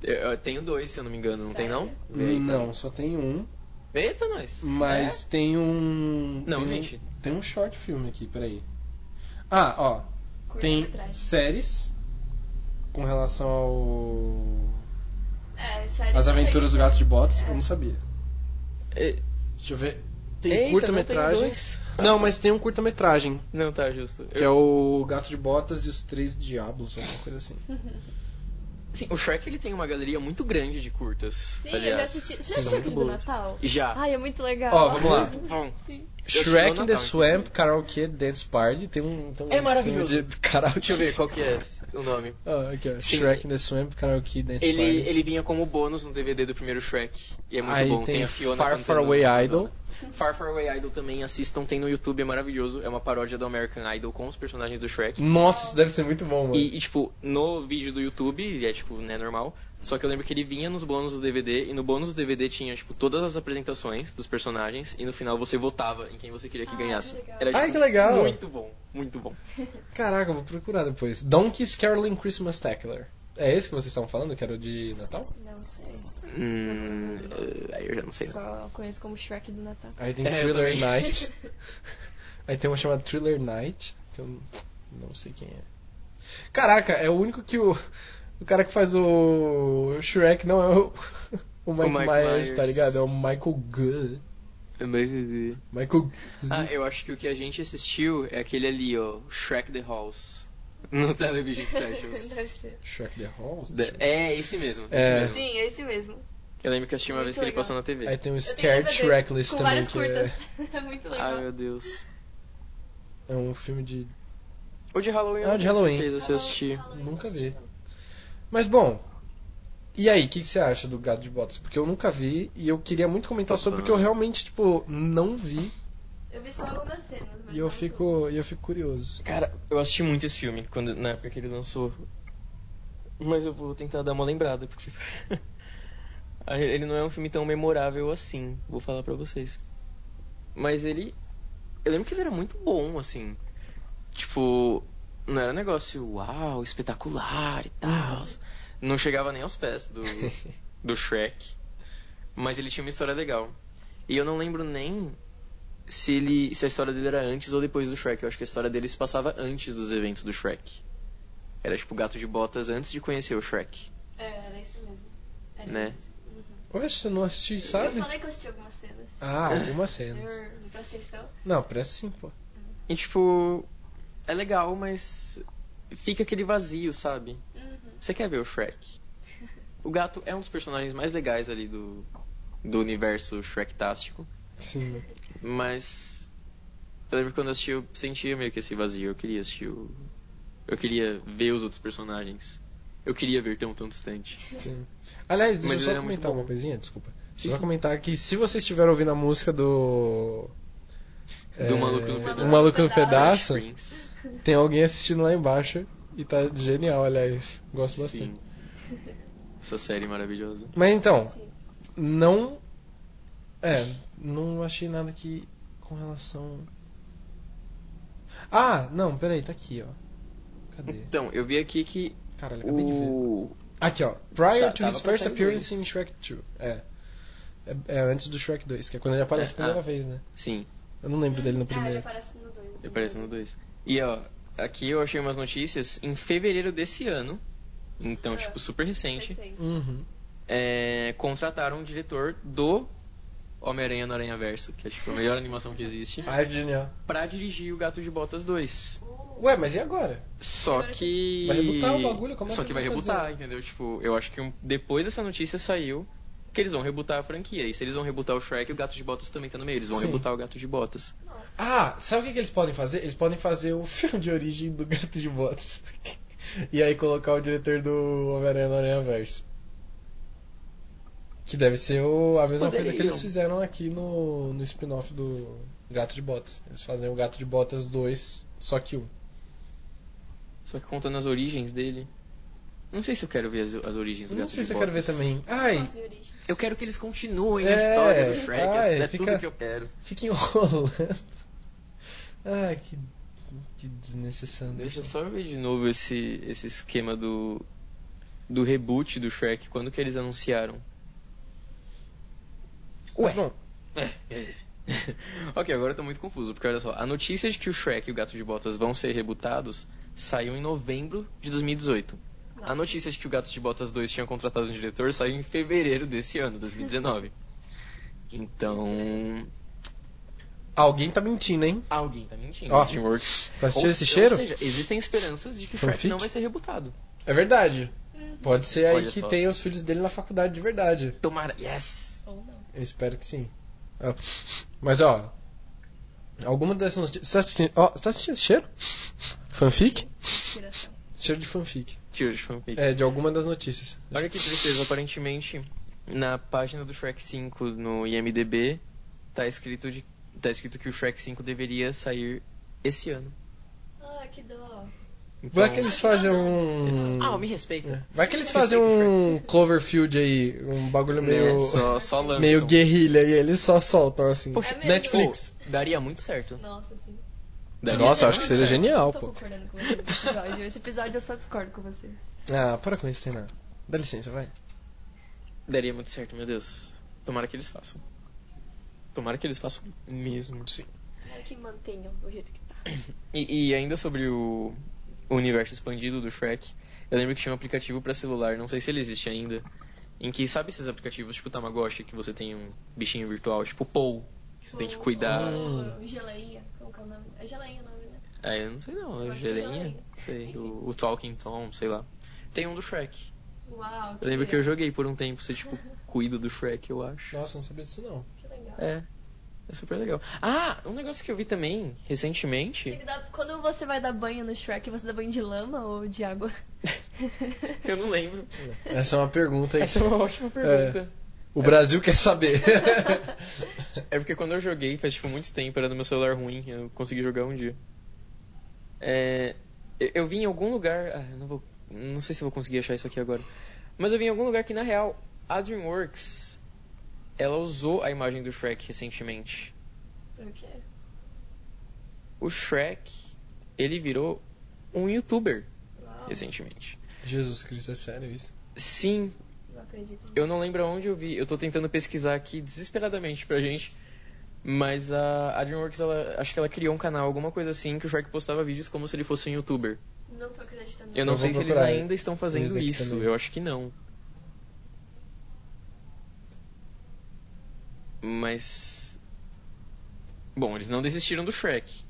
[SPEAKER 1] Eu, eu tenho dois, se eu não me engano. Não tem, não? tá.
[SPEAKER 2] não, só tem um.
[SPEAKER 1] Eita, nós.
[SPEAKER 2] Mas tem um.
[SPEAKER 1] tá É? Não,
[SPEAKER 2] tem um-
[SPEAKER 1] gente.
[SPEAKER 2] tem um short filme aqui, peraí. Ah, ó. Tem
[SPEAKER 4] Curta-metragem.
[SPEAKER 2] séries com relação ao.
[SPEAKER 4] É, sério.
[SPEAKER 2] As
[SPEAKER 4] não sei.
[SPEAKER 2] Aventuras do Gato de Botas,
[SPEAKER 4] É.
[SPEAKER 2] eu não sabia.
[SPEAKER 1] É. E-
[SPEAKER 2] Deixa eu ver. Tem
[SPEAKER 1] Eita,
[SPEAKER 2] curta-metragem.
[SPEAKER 1] Não, tem
[SPEAKER 2] Não, mas tem um curta-metragem,
[SPEAKER 1] dois. não, tá justo.
[SPEAKER 2] que é o Gato de Botas e os Três Diablos, alguma coisa assim.
[SPEAKER 1] Sim, o Shrek ele tem uma galeria muito grande de curtas.
[SPEAKER 4] Sim, eu já
[SPEAKER 1] aliás.
[SPEAKER 4] assisti. Você
[SPEAKER 2] Sim,
[SPEAKER 4] assistiu
[SPEAKER 2] muito
[SPEAKER 4] aquele do
[SPEAKER 2] boa.
[SPEAKER 4] Natal?
[SPEAKER 1] Já.
[SPEAKER 4] Ai, é muito legal.
[SPEAKER 2] Ó, vamos lá.
[SPEAKER 1] Bom,
[SPEAKER 4] Sim.
[SPEAKER 1] Eu acho
[SPEAKER 2] Shrek
[SPEAKER 1] que
[SPEAKER 2] in
[SPEAKER 1] é
[SPEAKER 2] the
[SPEAKER 1] Natal,
[SPEAKER 2] Swamp, Karaokê, Dance Party. Tem um. Tem um
[SPEAKER 1] É maravilhoso.
[SPEAKER 2] filme De karaokê.
[SPEAKER 1] deixa eu ver qual que é o nome.
[SPEAKER 2] Ah, aqui, ó.
[SPEAKER 1] Sim.
[SPEAKER 2] Shrek in the Swamp, Karaokê, Dance
[SPEAKER 1] Ele,
[SPEAKER 2] Party.
[SPEAKER 1] ele vinha como bônus no DVD do primeiro Shrek. E é muito
[SPEAKER 2] Aí
[SPEAKER 1] bom.
[SPEAKER 2] tem
[SPEAKER 1] a Fiona
[SPEAKER 2] Far
[SPEAKER 1] cantando
[SPEAKER 2] Far Away
[SPEAKER 1] Madonna.
[SPEAKER 2] Idol.
[SPEAKER 1] Far Far Away Idol também assistam, tem no YouTube, é maravilhoso. É uma paródia do American Idol com os personagens do Shrek.
[SPEAKER 2] Nossa, isso deve ser muito bom, mano.
[SPEAKER 1] E, e, tipo, no vídeo do YouTube, é tipo, né, normal, Só que eu lembro que ele vinha nos bônus do DVD, e no bônus do DVD tinha, tipo, todas as apresentações dos personagens, e no final você votava em quem você queria que
[SPEAKER 4] Ah,
[SPEAKER 1] ganhasse.
[SPEAKER 4] que legal.
[SPEAKER 1] Era, tipo,
[SPEAKER 2] Ai, que legal.
[SPEAKER 1] Muito bom, muito bom.
[SPEAKER 2] Caraca, eu vou procurar depois. Donkey's Caroling Christmas Tackler. É esse que vocês estavam falando, que era o de Natal?
[SPEAKER 4] Não sei.
[SPEAKER 1] Hum, eh, aí eu já não sei. Não.
[SPEAKER 4] Só conheço como Shrek do Natal.
[SPEAKER 2] Aí tem
[SPEAKER 1] É, eu
[SPEAKER 2] Thriller
[SPEAKER 1] também.
[SPEAKER 2] Night. Aí tem uma chamada Thriller Night, que eu não sei quem é. Caraca, é o único que o. O cara que faz o Shrek não é o. O Mike,
[SPEAKER 1] Mike
[SPEAKER 2] Myers,
[SPEAKER 1] Myers.
[SPEAKER 2] tá ligado? É o Michael Good. Michael Gunn.
[SPEAKER 1] Ah, eu acho que o que a gente assistiu é aquele ali, ó, Shrek the House, no Television Specials.
[SPEAKER 4] Deve ser.
[SPEAKER 2] Shrek the Halls?
[SPEAKER 1] Da- É esse mesmo, esse
[SPEAKER 2] É.
[SPEAKER 1] mesmo.
[SPEAKER 4] Sim, é esse mesmo.
[SPEAKER 1] Eu lembro que eu assisti uma
[SPEAKER 4] Muito
[SPEAKER 1] vez que ele
[SPEAKER 4] legal.
[SPEAKER 1] passou na TV.
[SPEAKER 2] Aí tem o
[SPEAKER 4] Eu tenho
[SPEAKER 2] Scared
[SPEAKER 4] DVD
[SPEAKER 2] Shreckless
[SPEAKER 4] com
[SPEAKER 2] também,
[SPEAKER 4] várias
[SPEAKER 2] que é,
[SPEAKER 4] curtas. É muito legal.
[SPEAKER 1] Ai meu Deus.
[SPEAKER 2] é um filme de.
[SPEAKER 1] Ou de Halloween.
[SPEAKER 2] Ah,
[SPEAKER 1] eu
[SPEAKER 2] de
[SPEAKER 1] tenho
[SPEAKER 2] Halloween.
[SPEAKER 1] certeza se eu
[SPEAKER 4] Tá
[SPEAKER 1] assistir.
[SPEAKER 2] Nunca vi. Mas bom. E aí, o que, que você acha do Gato de Botas? Porque eu nunca vi e eu queria muito comentar sobre, porque eu realmente, tipo, não vi
[SPEAKER 4] Eu vi só algumas cenas, mas
[SPEAKER 2] e eu
[SPEAKER 4] não
[SPEAKER 2] fico, e eu fico curioso.
[SPEAKER 1] Cara, eu assisti muito esse filme quando, na época que ele lançou. Mas eu vou tentar dar uma lembrada, porque. Ah, ele não é um filme tão memorável assim, vou falar pra vocês. Mas ele. Eu lembro que ele era muito bom, assim. Tipo, não era um negócio uau, espetacular e tal. Não chegava nem aos pés do, do Shrek. Mas ele tinha uma história legal. E eu não lembro nem se ele se a história dele era antes ou depois do Shrek. Eu acho que a história dele se passava antes dos eventos do Shrek. Era tipo o gato de botas antes de conhecer o Shrek.
[SPEAKER 4] tudo. É, era isso mesmo. Era
[SPEAKER 1] Né?
[SPEAKER 4] isso. Uhum.
[SPEAKER 2] Oxe, você não assistiu,
[SPEAKER 4] Eu
[SPEAKER 2] sabe?
[SPEAKER 4] falei que eu assisti algumas cenas.
[SPEAKER 2] Ah, algumas cenas.
[SPEAKER 4] Eu não prestei atenção.
[SPEAKER 2] Não, parece sim, pô.
[SPEAKER 1] E tipo, é legal, mas fica aquele vazio, sabe?
[SPEAKER 4] Uhum.
[SPEAKER 1] Você quer ver o Shrek? O gato é um dos personagens mais legais ali do do universo Shrek-tástico,
[SPEAKER 2] Sim.
[SPEAKER 1] mas eu lembro que quando eu assisti eu sentia meio que esse vazio. Eu queria assistir o... Eu queria ver os outros personagens. Eu queria ver tão tão distante.
[SPEAKER 2] Sim. Aliás, deixa
[SPEAKER 1] Mas ele
[SPEAKER 2] eu só
[SPEAKER 1] era muito
[SPEAKER 2] comentar
[SPEAKER 1] bom.
[SPEAKER 2] uma coisinha, desculpa.
[SPEAKER 1] Sim,
[SPEAKER 2] só
[SPEAKER 1] sim.
[SPEAKER 2] comentar que se vocês estiver ouvindo a música do.
[SPEAKER 1] Do Maluco no Pedaço.
[SPEAKER 2] é O Maluco no Pedaço,
[SPEAKER 1] Prince.
[SPEAKER 2] tem alguém assistindo lá embaixo e tá genial, aliás. Gosto bastante.
[SPEAKER 1] Sim. Essa série maravilhosa.
[SPEAKER 2] Mas então,
[SPEAKER 4] Sim.
[SPEAKER 2] não. É, não achei nada que. com relação. Ah, não, peraí, tá aqui, ó. Cadê?
[SPEAKER 1] Então, eu vi aqui que
[SPEAKER 2] Caralho, acabei de ver.
[SPEAKER 1] o.
[SPEAKER 2] Aqui, ó.
[SPEAKER 1] Tá,
[SPEAKER 2] Prior to his
[SPEAKER 1] tava pra
[SPEAKER 2] first
[SPEAKER 1] sair
[SPEAKER 2] appearance
[SPEAKER 1] dois.
[SPEAKER 2] in Shrek 2. É. é. é antes do Shrek 2, que é quando ele aparece
[SPEAKER 1] É,
[SPEAKER 2] a primeira
[SPEAKER 1] ah.
[SPEAKER 2] vez, né?
[SPEAKER 1] Sim,
[SPEAKER 2] Eu não lembro
[SPEAKER 3] É, Tá,
[SPEAKER 2] dele no
[SPEAKER 4] Ah, ele
[SPEAKER 2] primeiro.
[SPEAKER 4] aparece no
[SPEAKER 3] né?
[SPEAKER 4] 2.
[SPEAKER 1] ele aparece no 2. E ó, aqui eu achei umas notícias em fevereiro desse ano. Então,
[SPEAKER 4] Ah,
[SPEAKER 1] tipo, super recente.
[SPEAKER 4] Recente.
[SPEAKER 2] Uhum.
[SPEAKER 1] é, contrataram o diretor do Homem-Aranha no Aranha Verso, que é tipo a melhor animação que existe,
[SPEAKER 2] Ah, é genial.
[SPEAKER 1] pra dirigir o Gato de Botas 2.
[SPEAKER 2] Ué, mas e agora?
[SPEAKER 1] Só
[SPEAKER 4] Agora
[SPEAKER 1] que.
[SPEAKER 2] Vai rebutar o bagulho? Como é
[SPEAKER 1] Só
[SPEAKER 2] que
[SPEAKER 1] que vai
[SPEAKER 2] vai
[SPEAKER 1] rebutar,
[SPEAKER 2] fazer?
[SPEAKER 1] entendeu? Tipo, eu acho que um- depois dessa notícia saiu que eles vão rebutar a franquia. E se eles vão rebutar o Shrek, o Gato de Botas também tá no meio. Eles vão
[SPEAKER 2] Sim.
[SPEAKER 1] rebutar o Gato de Botas.
[SPEAKER 2] Ah, sabe o que, que eles podem fazer? Eles podem fazer o filme de origem do Gato de Botas. e aí colocar o diretor do Homem-Aranha no Aranha Verso. Que deve ser o- a mesma coisa que
[SPEAKER 1] Poderiam.
[SPEAKER 2] eles fizeram aqui no, no spin-off do Gato de Botas. Eles fazem o Gato de Botas 2, só que um.
[SPEAKER 1] Só que contando as origens dele. Não sei se eu quero ver as, as origens do
[SPEAKER 2] Não
[SPEAKER 1] Gato
[SPEAKER 2] sei
[SPEAKER 1] de
[SPEAKER 2] se eu quero ver
[SPEAKER 1] Botas.
[SPEAKER 2] também. Ai,
[SPEAKER 4] Nossa, de origem.
[SPEAKER 1] Eu quero que eles continuem
[SPEAKER 2] É,
[SPEAKER 1] a história do Shrek.
[SPEAKER 2] ai,
[SPEAKER 1] é
[SPEAKER 2] fica-
[SPEAKER 1] tudo que eu quero.
[SPEAKER 2] fica enrolando. Ai, que, que desnecessário.
[SPEAKER 1] Deixa eu só ver de novo esse, esse esquema do. Do reboot do Shrek, quando que eles anunciaram?
[SPEAKER 2] Ué, bom,
[SPEAKER 1] É, ok, agora eu tô muito confuso, porque olha só, a notícia de que o Shrek e o Gato de Botas vão ser rebutados saiu em novembro de 2018. A notícia de que o Gato de Botas 2 tinha contratado um diretor saiu em fevereiro desse ano, 2019. Então.
[SPEAKER 2] alguém tá mentindo, hein?
[SPEAKER 1] Alguém tá mentindo.
[SPEAKER 2] Ó,
[SPEAKER 1] Dreamworks.
[SPEAKER 2] Tá assistindo
[SPEAKER 1] Ou-
[SPEAKER 2] esse
[SPEAKER 1] ou
[SPEAKER 2] cheiro?
[SPEAKER 1] seja, existem esperanças de que o
[SPEAKER 2] Fanfic?
[SPEAKER 1] Shrek não vai ser rebutado.
[SPEAKER 2] É verdade. Pode ser aí
[SPEAKER 1] Olha
[SPEAKER 2] que
[SPEAKER 1] só.
[SPEAKER 2] tenha os filhos dele na faculdade de verdade.
[SPEAKER 1] Tomara. Yes!
[SPEAKER 4] Ou não.
[SPEAKER 2] Eu espero que sim. Ó, Mas ó. Alguma dessas notícias. Você tá assistindo, ó, você tá assistindo esse cheiro? Fanfic?
[SPEAKER 4] Inspiração.
[SPEAKER 2] Cheiro de fanfic.
[SPEAKER 1] Tira de fanfic.
[SPEAKER 2] É, de alguma das notícias.
[SPEAKER 1] Olha que tristeza, aparentemente na página do Shrek 5 no IMDB tá escrito, de- tá escrito que o Shrek 5 deveria sair esse ano.
[SPEAKER 4] Ah, que dó.
[SPEAKER 1] Então,
[SPEAKER 2] Vai que eles fazem um.
[SPEAKER 1] Ah, me respeita.
[SPEAKER 2] Vai que eles fazem um Cloverfield aí, um bagulho meio.
[SPEAKER 1] Né, Só, só lançam.
[SPEAKER 2] meio guerrilha e eles só soltam assim.
[SPEAKER 1] Poxa,
[SPEAKER 3] É mesmo?
[SPEAKER 2] Netflix.
[SPEAKER 1] Pô, daria muito certo.
[SPEAKER 3] Nossa, sim.
[SPEAKER 1] Daria
[SPEAKER 2] Nossa,
[SPEAKER 1] certo.
[SPEAKER 2] eu acho que seria genial,
[SPEAKER 3] Não tô
[SPEAKER 2] pô.
[SPEAKER 3] concordando com vocês nesse episódio. Esse episódio eu só discordo com vocês.
[SPEAKER 2] Ah, para com isso, Tainá. Dá licença, vai.
[SPEAKER 1] Daria muito certo, meu Deus. Tomara que eles façam. Tomara que eles façam mesmo. Sim.
[SPEAKER 3] Claro que mantenham o jeito que tá.
[SPEAKER 1] E, e ainda sobre o o universo expandido do Shrek, eu lembro que tinha um aplicativo pra celular, não sei se ele existe ainda, em que, sabe esses aplicativos tipo Tamagotchi, que você tem um bichinho virtual, tipo Pou, que você tem que cuidar.
[SPEAKER 3] Ah,
[SPEAKER 2] Hum.
[SPEAKER 3] O, o geleinha, como que é o nome? É geleinha o nome, né?
[SPEAKER 1] Ah, eu não sei não,
[SPEAKER 3] Eu acho que já
[SPEAKER 1] Geleinha,
[SPEAKER 3] é.
[SPEAKER 1] não sei, o, o Talking Tom, sei lá. Tem um do Shrek.
[SPEAKER 3] Uau,
[SPEAKER 1] Eu lembro que eu
[SPEAKER 3] legal,
[SPEAKER 1] joguei por um tempo, você tipo cuida do Shrek, eu acho.
[SPEAKER 2] Nossa, não sabia disso não.
[SPEAKER 3] Que legal.
[SPEAKER 1] É. É super legal. Ah, um negócio que eu vi também recentemente.
[SPEAKER 3] Ele dá- quando você vai dar banho no Shrek, você dá banho de lama ou de água?
[SPEAKER 1] Eu não lembro.
[SPEAKER 2] Essa é uma pergunta aí.
[SPEAKER 1] Essa é uma ótima pergunta.
[SPEAKER 2] O Brasil quer saber.
[SPEAKER 1] É porque quando eu joguei, faz tipo muito tempo, era no meu celular ruim, eu consegui jogar um dia. É, eu, eu vi em algum lugar. Ah, eu não, vou, não sei se eu vou conseguir achar isso aqui agora. Mas eu vi em algum lugar que, na real, a Dreamworks ela usou a imagem do Shrek recentemente.
[SPEAKER 3] Por quê?
[SPEAKER 1] O Shrek, ele virou um youtuber
[SPEAKER 3] Uau,
[SPEAKER 1] recentemente.
[SPEAKER 2] Jesus Cristo, é sério isso?
[SPEAKER 1] Sim,
[SPEAKER 3] não acredito.
[SPEAKER 1] Eu não lembro aonde eu vi. Eu tô tentando pesquisar aqui desesperadamente pra gente. Mas a, a DreamWorks, ela, acho que ela criou um canal, alguma coisa assim, que o Shrek postava vídeos como se ele fosse um youtuber.
[SPEAKER 3] Não tô acreditando.
[SPEAKER 1] Eu não
[SPEAKER 2] Eu vou
[SPEAKER 1] sei se eles
[SPEAKER 2] procurar
[SPEAKER 1] ainda estão fazendo
[SPEAKER 2] aqui
[SPEAKER 1] isso.
[SPEAKER 2] também.
[SPEAKER 1] Eu acho que não. Mas. Bom, eles não desistiram do Shrek.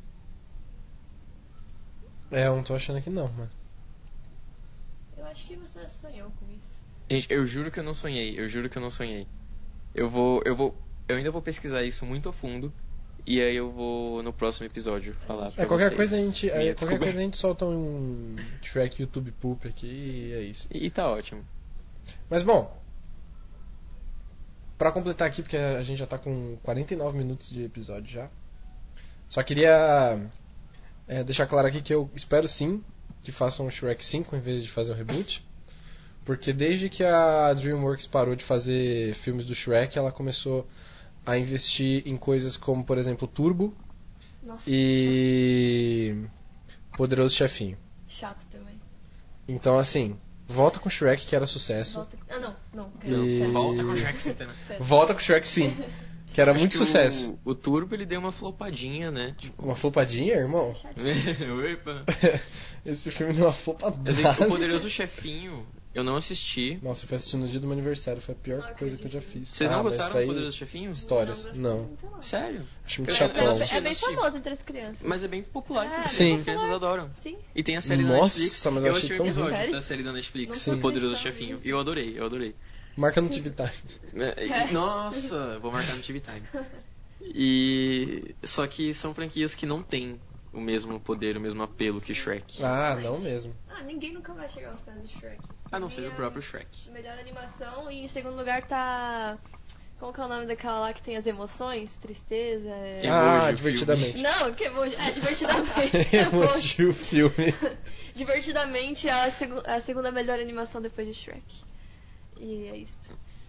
[SPEAKER 2] É, eu não tô achando que não, mano.
[SPEAKER 3] Eu acho que você sonhou com isso.
[SPEAKER 1] Gente, eu juro que eu não sonhei, eu juro que eu não sonhei. Eu vou. Eu vou. Eu ainda vou pesquisar isso muito a fundo. E aí eu vou no próximo episódio falar pra
[SPEAKER 2] É, qualquer
[SPEAKER 1] vocês.
[SPEAKER 2] coisa a gente.
[SPEAKER 1] minha
[SPEAKER 2] É, qualquer
[SPEAKER 1] descoberta.
[SPEAKER 2] coisa a gente solta um track YouTube poop aqui e é isso.
[SPEAKER 1] E tá ótimo.
[SPEAKER 2] Mas bom. Pra completar aqui, porque a gente já tá com 49 minutos de episódio já. Só queria é, deixar claro aqui que eu espero sim que façam o Shrek 5 em vez de fazer um reboot. Porque desde que a DreamWorks parou de fazer filmes do Shrek, ela começou a investir em coisas como, por exemplo, Turbo
[SPEAKER 3] Nossa,
[SPEAKER 2] e Poderoso Chefinho.
[SPEAKER 3] chato também.
[SPEAKER 2] Então, assim, volta com Shrek que era sucesso.
[SPEAKER 3] Volta... Ah, não, não.
[SPEAKER 2] Não,
[SPEAKER 3] pera.
[SPEAKER 2] volta com o
[SPEAKER 1] Shrek Santana.
[SPEAKER 3] né?
[SPEAKER 2] Volta com Shrek sim. Que era Tá muito sucesso.
[SPEAKER 1] O, o Turbo ele deu uma flopadinha, né? Tipo.
[SPEAKER 2] Uma flopadinha, irmão?
[SPEAKER 3] É Chatinho.
[SPEAKER 1] Opa.
[SPEAKER 2] Esse filme deu
[SPEAKER 1] Eu
[SPEAKER 2] uma
[SPEAKER 1] sei que o
[SPEAKER 2] flopadada.
[SPEAKER 1] Poderoso Chefinho, eu não assisti.
[SPEAKER 2] Nossa, eu fui assistir no dia do meu aniversário, foi a pior
[SPEAKER 3] Não
[SPEAKER 2] coisa que eu já fiz.
[SPEAKER 3] acredito.
[SPEAKER 1] Vocês
[SPEAKER 2] Ah,
[SPEAKER 1] não
[SPEAKER 2] mas
[SPEAKER 1] gostaram
[SPEAKER 2] daí-
[SPEAKER 1] do Poderoso Chefinho?
[SPEAKER 2] Histórias,
[SPEAKER 3] gostei
[SPEAKER 2] não.
[SPEAKER 3] muito, não.
[SPEAKER 1] Sério?
[SPEAKER 2] Acho muito
[SPEAKER 1] Eu-
[SPEAKER 2] chatão.
[SPEAKER 1] eu-
[SPEAKER 3] Mas é bem famoso entre as crianas.
[SPEAKER 1] Mas é bem popular,
[SPEAKER 3] Ah,
[SPEAKER 1] entre as
[SPEAKER 2] sim.
[SPEAKER 1] crianças, as crianças adoram.
[SPEAKER 3] Sim.
[SPEAKER 1] E tem a série da
[SPEAKER 2] Nossa,
[SPEAKER 1] Netflix.
[SPEAKER 2] mas eu
[SPEAKER 1] eu
[SPEAKER 2] achei
[SPEAKER 1] achei o
[SPEAKER 2] tão
[SPEAKER 1] episódio
[SPEAKER 3] ruim.
[SPEAKER 1] da série da Netflix,
[SPEAKER 3] Não
[SPEAKER 1] do Poderoso
[SPEAKER 3] acreditava
[SPEAKER 1] Chefinho.
[SPEAKER 3] nisso.
[SPEAKER 1] Eu adorei, eu adorei.
[SPEAKER 2] Marca no TV Time.
[SPEAKER 1] É, e- Nossa, vou marcar no TV Time. E. Só que são franquias que não têm o mesmo poder, o mesmo apelo que Shrek.
[SPEAKER 2] Ah, não mesmo.
[SPEAKER 3] Ah, ninguém nunca vai chegar aos pés do Shrek.
[SPEAKER 1] A Ah, não ser
[SPEAKER 3] Minha
[SPEAKER 1] o próprio Shrek.
[SPEAKER 3] Melhor animação e em segundo lugar tá. Como que é o nome daquela lá que tem as emoções? Tristeza? é-
[SPEAKER 1] Emoji,
[SPEAKER 2] ah,
[SPEAKER 1] o
[SPEAKER 2] divertidamente.
[SPEAKER 3] Não, que emoji. É, divertidamente. Emoji.
[SPEAKER 2] Emoji o filme.
[SPEAKER 3] divertidamente é a, segu- a segunda melhor animação depois de Shrek. E é isso.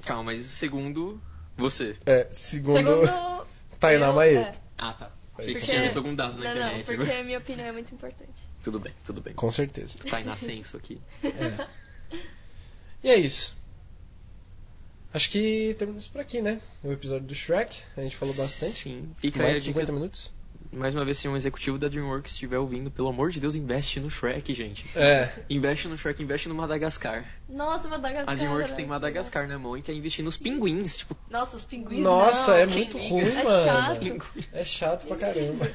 [SPEAKER 1] Calma, mas segundo você.
[SPEAKER 2] É, segundo,
[SPEAKER 3] Segundo.
[SPEAKER 2] Tainá
[SPEAKER 3] eu-
[SPEAKER 4] é.
[SPEAKER 3] é.
[SPEAKER 2] Maeta.
[SPEAKER 1] Ah, tá. Achei que
[SPEAKER 2] Porque-
[SPEAKER 1] você tinha visto algum dado Tá, na
[SPEAKER 3] Não, não,
[SPEAKER 1] internet.
[SPEAKER 3] porque a minha opinião é muito importante.
[SPEAKER 1] Tudo bem, tudo bem.
[SPEAKER 2] Com certeza.
[SPEAKER 1] Tá inascenso aqui.
[SPEAKER 2] E é isso. Acho que terminamos por aqui, né? O episódio do Shrek. A gente falou bastante.
[SPEAKER 1] Sim. Fica aí
[SPEAKER 2] Mais
[SPEAKER 1] a
[SPEAKER 2] de 50
[SPEAKER 1] dica.
[SPEAKER 2] minutos?
[SPEAKER 1] Mais uma vez, se um executivo da Dreamworks estiver ouvindo, pelo amor de Deus, investe no Shrek, gente.
[SPEAKER 2] É.
[SPEAKER 1] Investe no Shrek, investe no Madagascar.
[SPEAKER 3] Nossa, Madagascar.
[SPEAKER 1] A DreamWorks tem
[SPEAKER 3] né?
[SPEAKER 1] Madagascar na mão e quer investir nos pinguins. Tipo,
[SPEAKER 3] Nossa, os pinguins.
[SPEAKER 2] Nossa,
[SPEAKER 3] não.
[SPEAKER 2] é muito
[SPEAKER 1] liga?
[SPEAKER 2] ruim,
[SPEAKER 3] É
[SPEAKER 2] mano.
[SPEAKER 1] chato.
[SPEAKER 2] É chato pra caramba.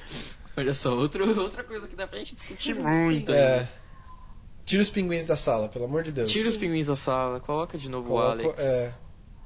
[SPEAKER 1] olha só, outro, outra coisa que dá pra gente discutir
[SPEAKER 3] Uhum.
[SPEAKER 1] muito.
[SPEAKER 2] É.
[SPEAKER 1] ainda.
[SPEAKER 2] Tira os pinguins da sala, pelo amor de Deus.
[SPEAKER 1] Tira os pinguins da sala, coloca de novo
[SPEAKER 2] Coloco-
[SPEAKER 1] o Alex.
[SPEAKER 2] é.